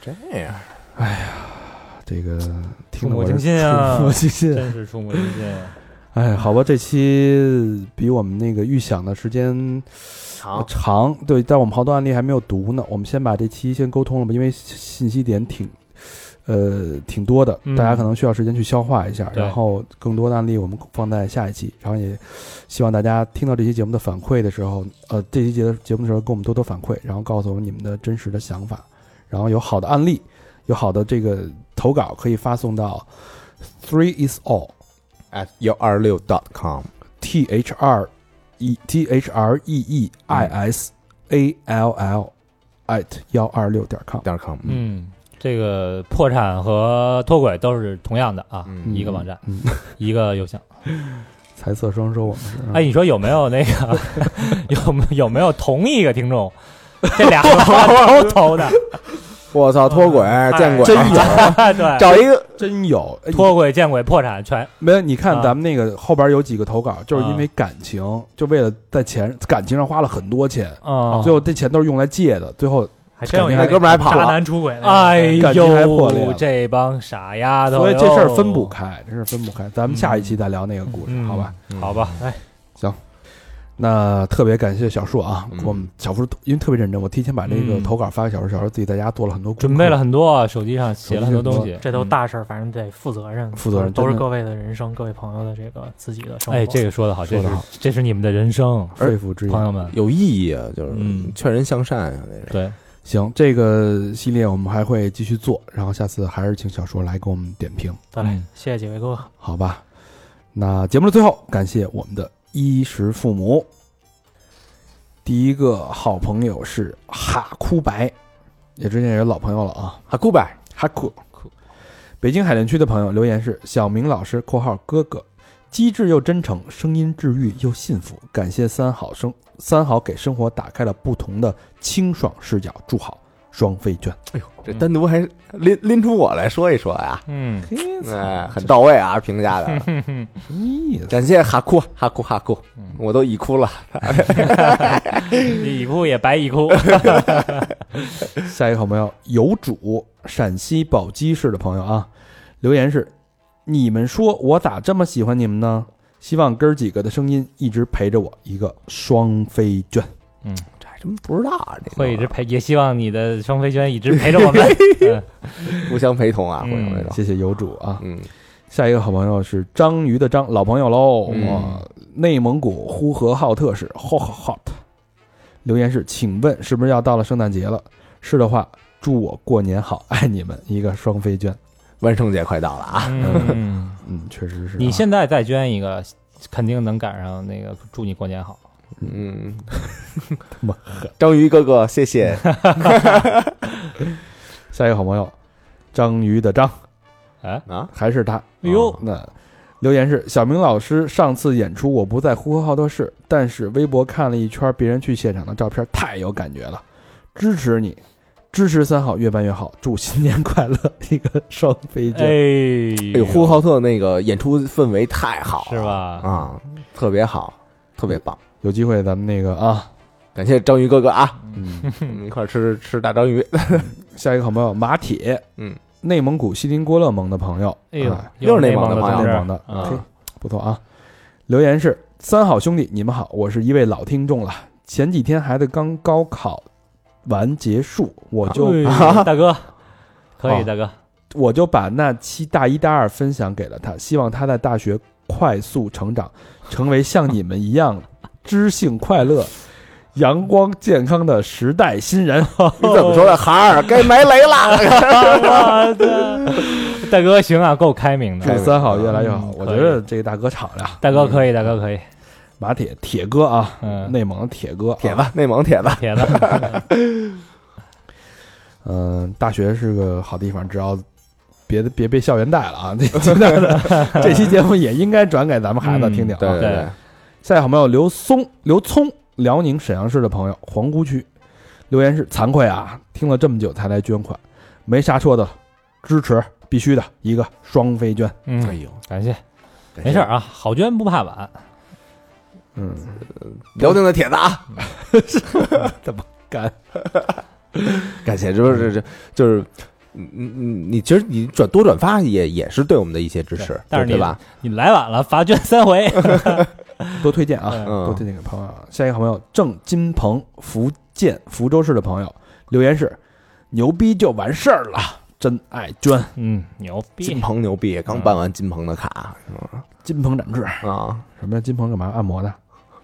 这样这 个触听得目我惊是心啊 触目惊心。真是触目惊心啊！哎，好吧，这期比我们那个预想的时间长长，对，但我们好多案例还没有读呢。我们先把这期先沟通了吧，因为信息点挺，呃，挺多的，嗯大家可能需要时间去消化一下。对然后更多的案例我们放在下一期，然后也希望大家听到这期节目的反馈的时候，呃，这期节的节目的时候给我们多多反馈，然后告诉我们你们的真实的想法，然后有好的案例，有好的这个投稿可以发送到 three is all。 at 幺二六 dot com， T H R E T H R E E I S A L L at 幺二六点 com。点 com，嗯，这个破产和脱轨都是同样的啊，嗯一个网站，嗯，一个邮箱。财色双收，我们是。哎，，你说有没有那 个有没有没有同一个听众？这俩都投 的，我操，脱轨见鬼，真有，哎对， 找一个真有。哎脱轨、见鬼、破产全没有，你看啊咱们那个后边有几个投稿，就是因为感情，就为了在钱感情上花了很多钱，啊最后这钱都是用来借的，最后哦还真有一那个哥们儿还跑啊渣了，男出轨的，哎感情还破裂呦了，这帮傻丫头哟，所以这事儿分不开，这事儿分不开。咱们下一期再聊那个故事，嗯好吧？好吧？那特别感谢小树啊，嗯我们小树因为特别认真，我提前把这个嗯投稿发给小树，小树自己在家做了很多功课准备了，很多，啊手机上写了很多东西，嗯这都大事儿，反正得负责任，负责任都是真的各位的人生，各位朋友的这个自己的生活。哎，这个说的好，这说得是好这是你们的人生，肺腑之朋言。友们。有意义啊，就是嗯劝人向善啊，那是。对，行，这个系列我们还会继续做，然后下次还是请小树来给我们点评，得嘞嗯，谢谢几位哥。好吧？那节目的最后，感谢我们的衣食父母。第一个好朋友是哈哭白，也之前也是老朋友了啊，哈古拜，哈酷酷。北京海淀区的朋友留言是：小明老师（括号哥哥），机智又真诚，声音治愈又幸福。感谢三好生三好给生活打开了不同的清爽视角。祝好双飞卷，这单独还拎拎出我来说一说呀，嗯，哎，很到位啊，评价的， 什么意思？感谢哈库哈库哈库嗯，我都已哭了，你一哭也白一 哭，下一个好朋友有主陕西宝鸡市的朋友啊，留言是：你们说我咋这么喜欢你们呢？希望哥儿几个的声音一直陪着我，一个双飞卷。这还真不知道啊，这会一直陪，也希望你的双飞娟一直陪着我们。嗯 互相陪同啊，互嗯相陪同，谢谢有主啊，嗯，下一个好朋友是章鱼的章，老朋友喽。嗯哇，内蒙古呼和浩特市 hot hot。留言是，请问是不是要到了圣诞节了？是的话，祝我过年好，爱你们，一个双飞娟。万圣节快到了啊，嗯，嗯，确实是啊、你现在再捐一个，肯定能赶上那个。祝你过年好，嗯，妈章鱼哥哥，谢谢，下一个好朋友，章鱼的章，哎，啊，还是他。哎呦哦那留言是小明老师上次演出我不在呼和浩特市，但是微博看了一圈别人去现场的照片，太有感觉了，支持你，支持三好越办越好，祝新年快乐，一个双飞哎卷。哎呦，呼和浩特那个演出氛围太好是了，吧？啊，特别好，特别棒，有机会咱们那个啊，感谢章鱼哥哥啊，嗯，我们一块儿吃吃大章鱼，下一个好朋友马铁，嗯，内蒙古锡林郭勒盟的朋友，哎呦啊，又又是内内蒙的的朋友同内志蒙的，啊嘿不错啊。留言是：三好兄弟，你们好，我是一位老听众了。前几天孩子刚高考完结束，我就啊哎大哥，可哦以，大哥，我就把那期大一、大二分享给了他，希望他在大学快速成长，成为像你们一样知性快乐、阳光健康的时代新人。 你怎么说的？孩儿该埋雷了。我的大哥行啊，够开明的，祝三好越来越好嗯，我可觉以得这个大哥敞亮，大哥可以，大哥可以，马铁铁哥啊，嗯，内蒙铁哥，啊铁子，，内蒙铁子，铁子，嗯，大学是个好地方，只要别的别被校园带了 啊。 这其他的这期节目也应该转给咱们孩子听听啊。嗯对对对对，下一个好朋友刘松，刘聪，辽宁沈阳市的朋友，皇姑区，留言是惭愧啊，听了这么久才来捐款，没啥说的了，支持必须的一个双飞捐，哎嗯，呦，感谢，感谢没事儿啊，好捐不怕晚，嗯，辽宁的铁子啊，干，感谢，这这这就是。嗯嗯嗯，你其实你转多转发也也是对我们的一些支持对，但是对你吧？你来晚了，罚捐 三回，多推荐啊，多嗯推荐给朋友啊。下一个好朋友郑金鹏，福建福州市的朋友，留言是牛逼就完事儿了，真爱捐，嗯，牛金逼，鹏牛逼，刚办完金鹏的卡金鹏展翅，啊，什么呀？金鹏干嘛？按摩的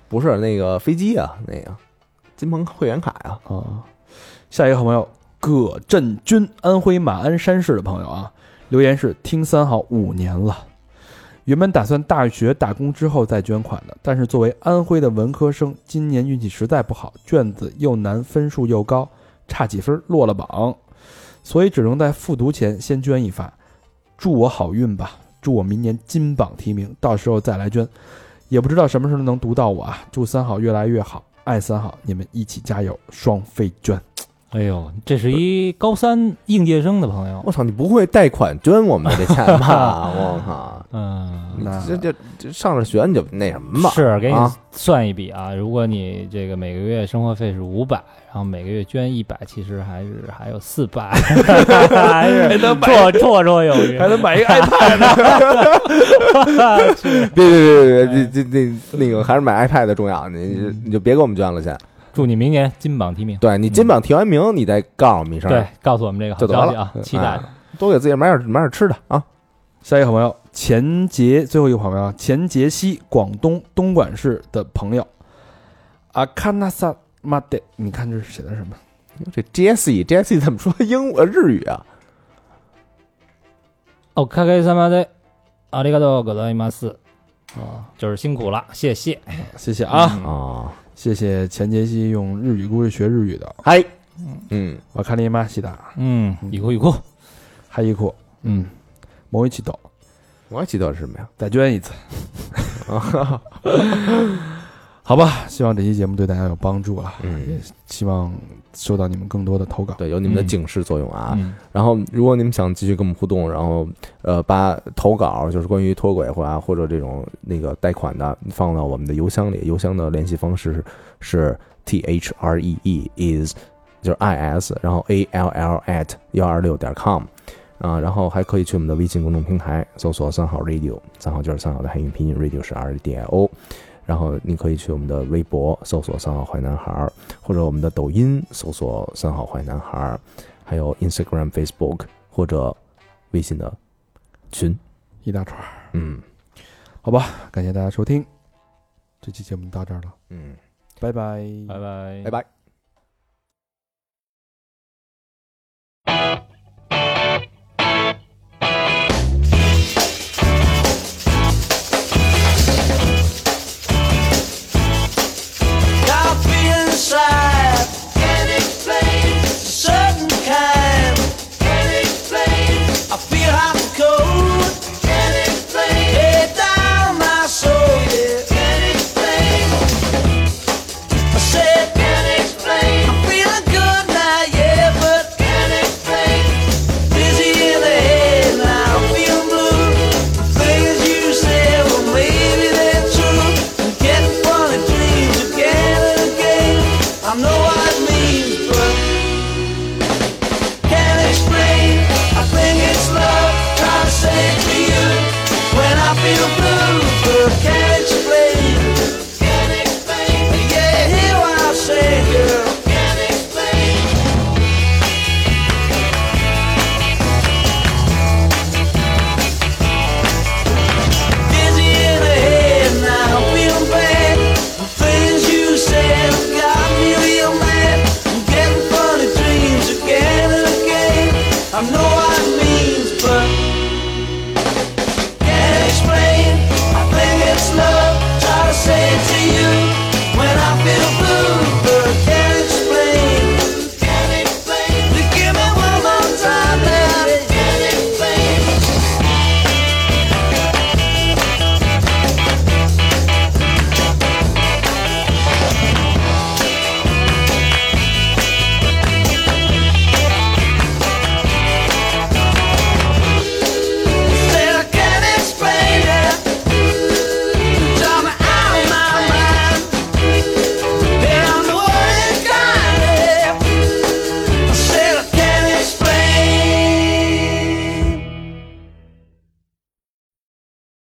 不是那个飞机啊，那个金鹏会员卡呀，啊。下一个好朋友葛振军，安徽马鞍山市的朋友啊，留言是听三好五年了。原本打算大学打工之后再捐款的，但是作为安徽的文科生，今年运气实在不好，卷子又难，分数又高，差几分落了榜，所以只能在复读前先捐一发。祝我好运吧，祝我明年金榜题名，到时候再来捐。也不知道什么时候能读到我啊！祝三好越来越好，爱三好，你们一起加油，双飞捐。哎呦，这是一高三应届生的朋友，我操，你不会贷款捐我们这钱吧？我靠！嗯。你那这这这上着学你就那什么吧，是给你啊算一笔啊，如果你这个每个月生活费是五百，然后每个月捐一百，其实还是还有四 百，还是绰绰绰有余。能买一个 iPad，别别别别，这这这那个还是买 iPad 重要，你就你就别给我们捐了先。祝你明年金榜题名。对你金榜题完名，你再告诉我们一声，对，，告诉我们这个好啊就得消息了啊，，期待哎。多给自己买点买点吃的啊。下一个好朋友钱杰，最后一个好朋友啊钱杰西，广东东莞市的朋友。阿卡纳萨马德，你看这写的什么？这 Jesse Jesse 怎么说英文日语啊？哦，开开三八的，阿里嘎多格多伊马斯，啊，就是辛苦了，谢谢。谢谢啊，哦，谢谢钱杰西用日语，估计学日语的。嗨，嗯，瓦卡尼玛西达嗯，雨库雨库，哈伊库，嗯，某一起抖，我记得是什么呀？再捐一 次。好吧，希望这期节目对大家有帮助啊。嗯，希望收到你们更多的投稿。对，有你们的嗯警示作用啊。嗯然后，如果你们想继续跟我们互动，然后呃，把投稿就是关于脱轨或啊或者这种那个贷款的，放到我们的邮箱里。邮箱的联系方式是是 t h r e e is 就是 i s，然后 a l l at 幺二六点 com 啊、然后还可以去我们的微信公众平台搜索“三好 radio”，三好就是三好的汉语拼音，radio 是 r d i o。然后你可以去我们的微博搜索“三好坏男孩儿”，或者我们的抖音搜索“三好坏男孩儿”。还有 Instagram、Facebook 或者微信的群。一大串儿，嗯感谢大家收听，这期节目到这儿了，嗯，拜拜，拜拜拜。拜。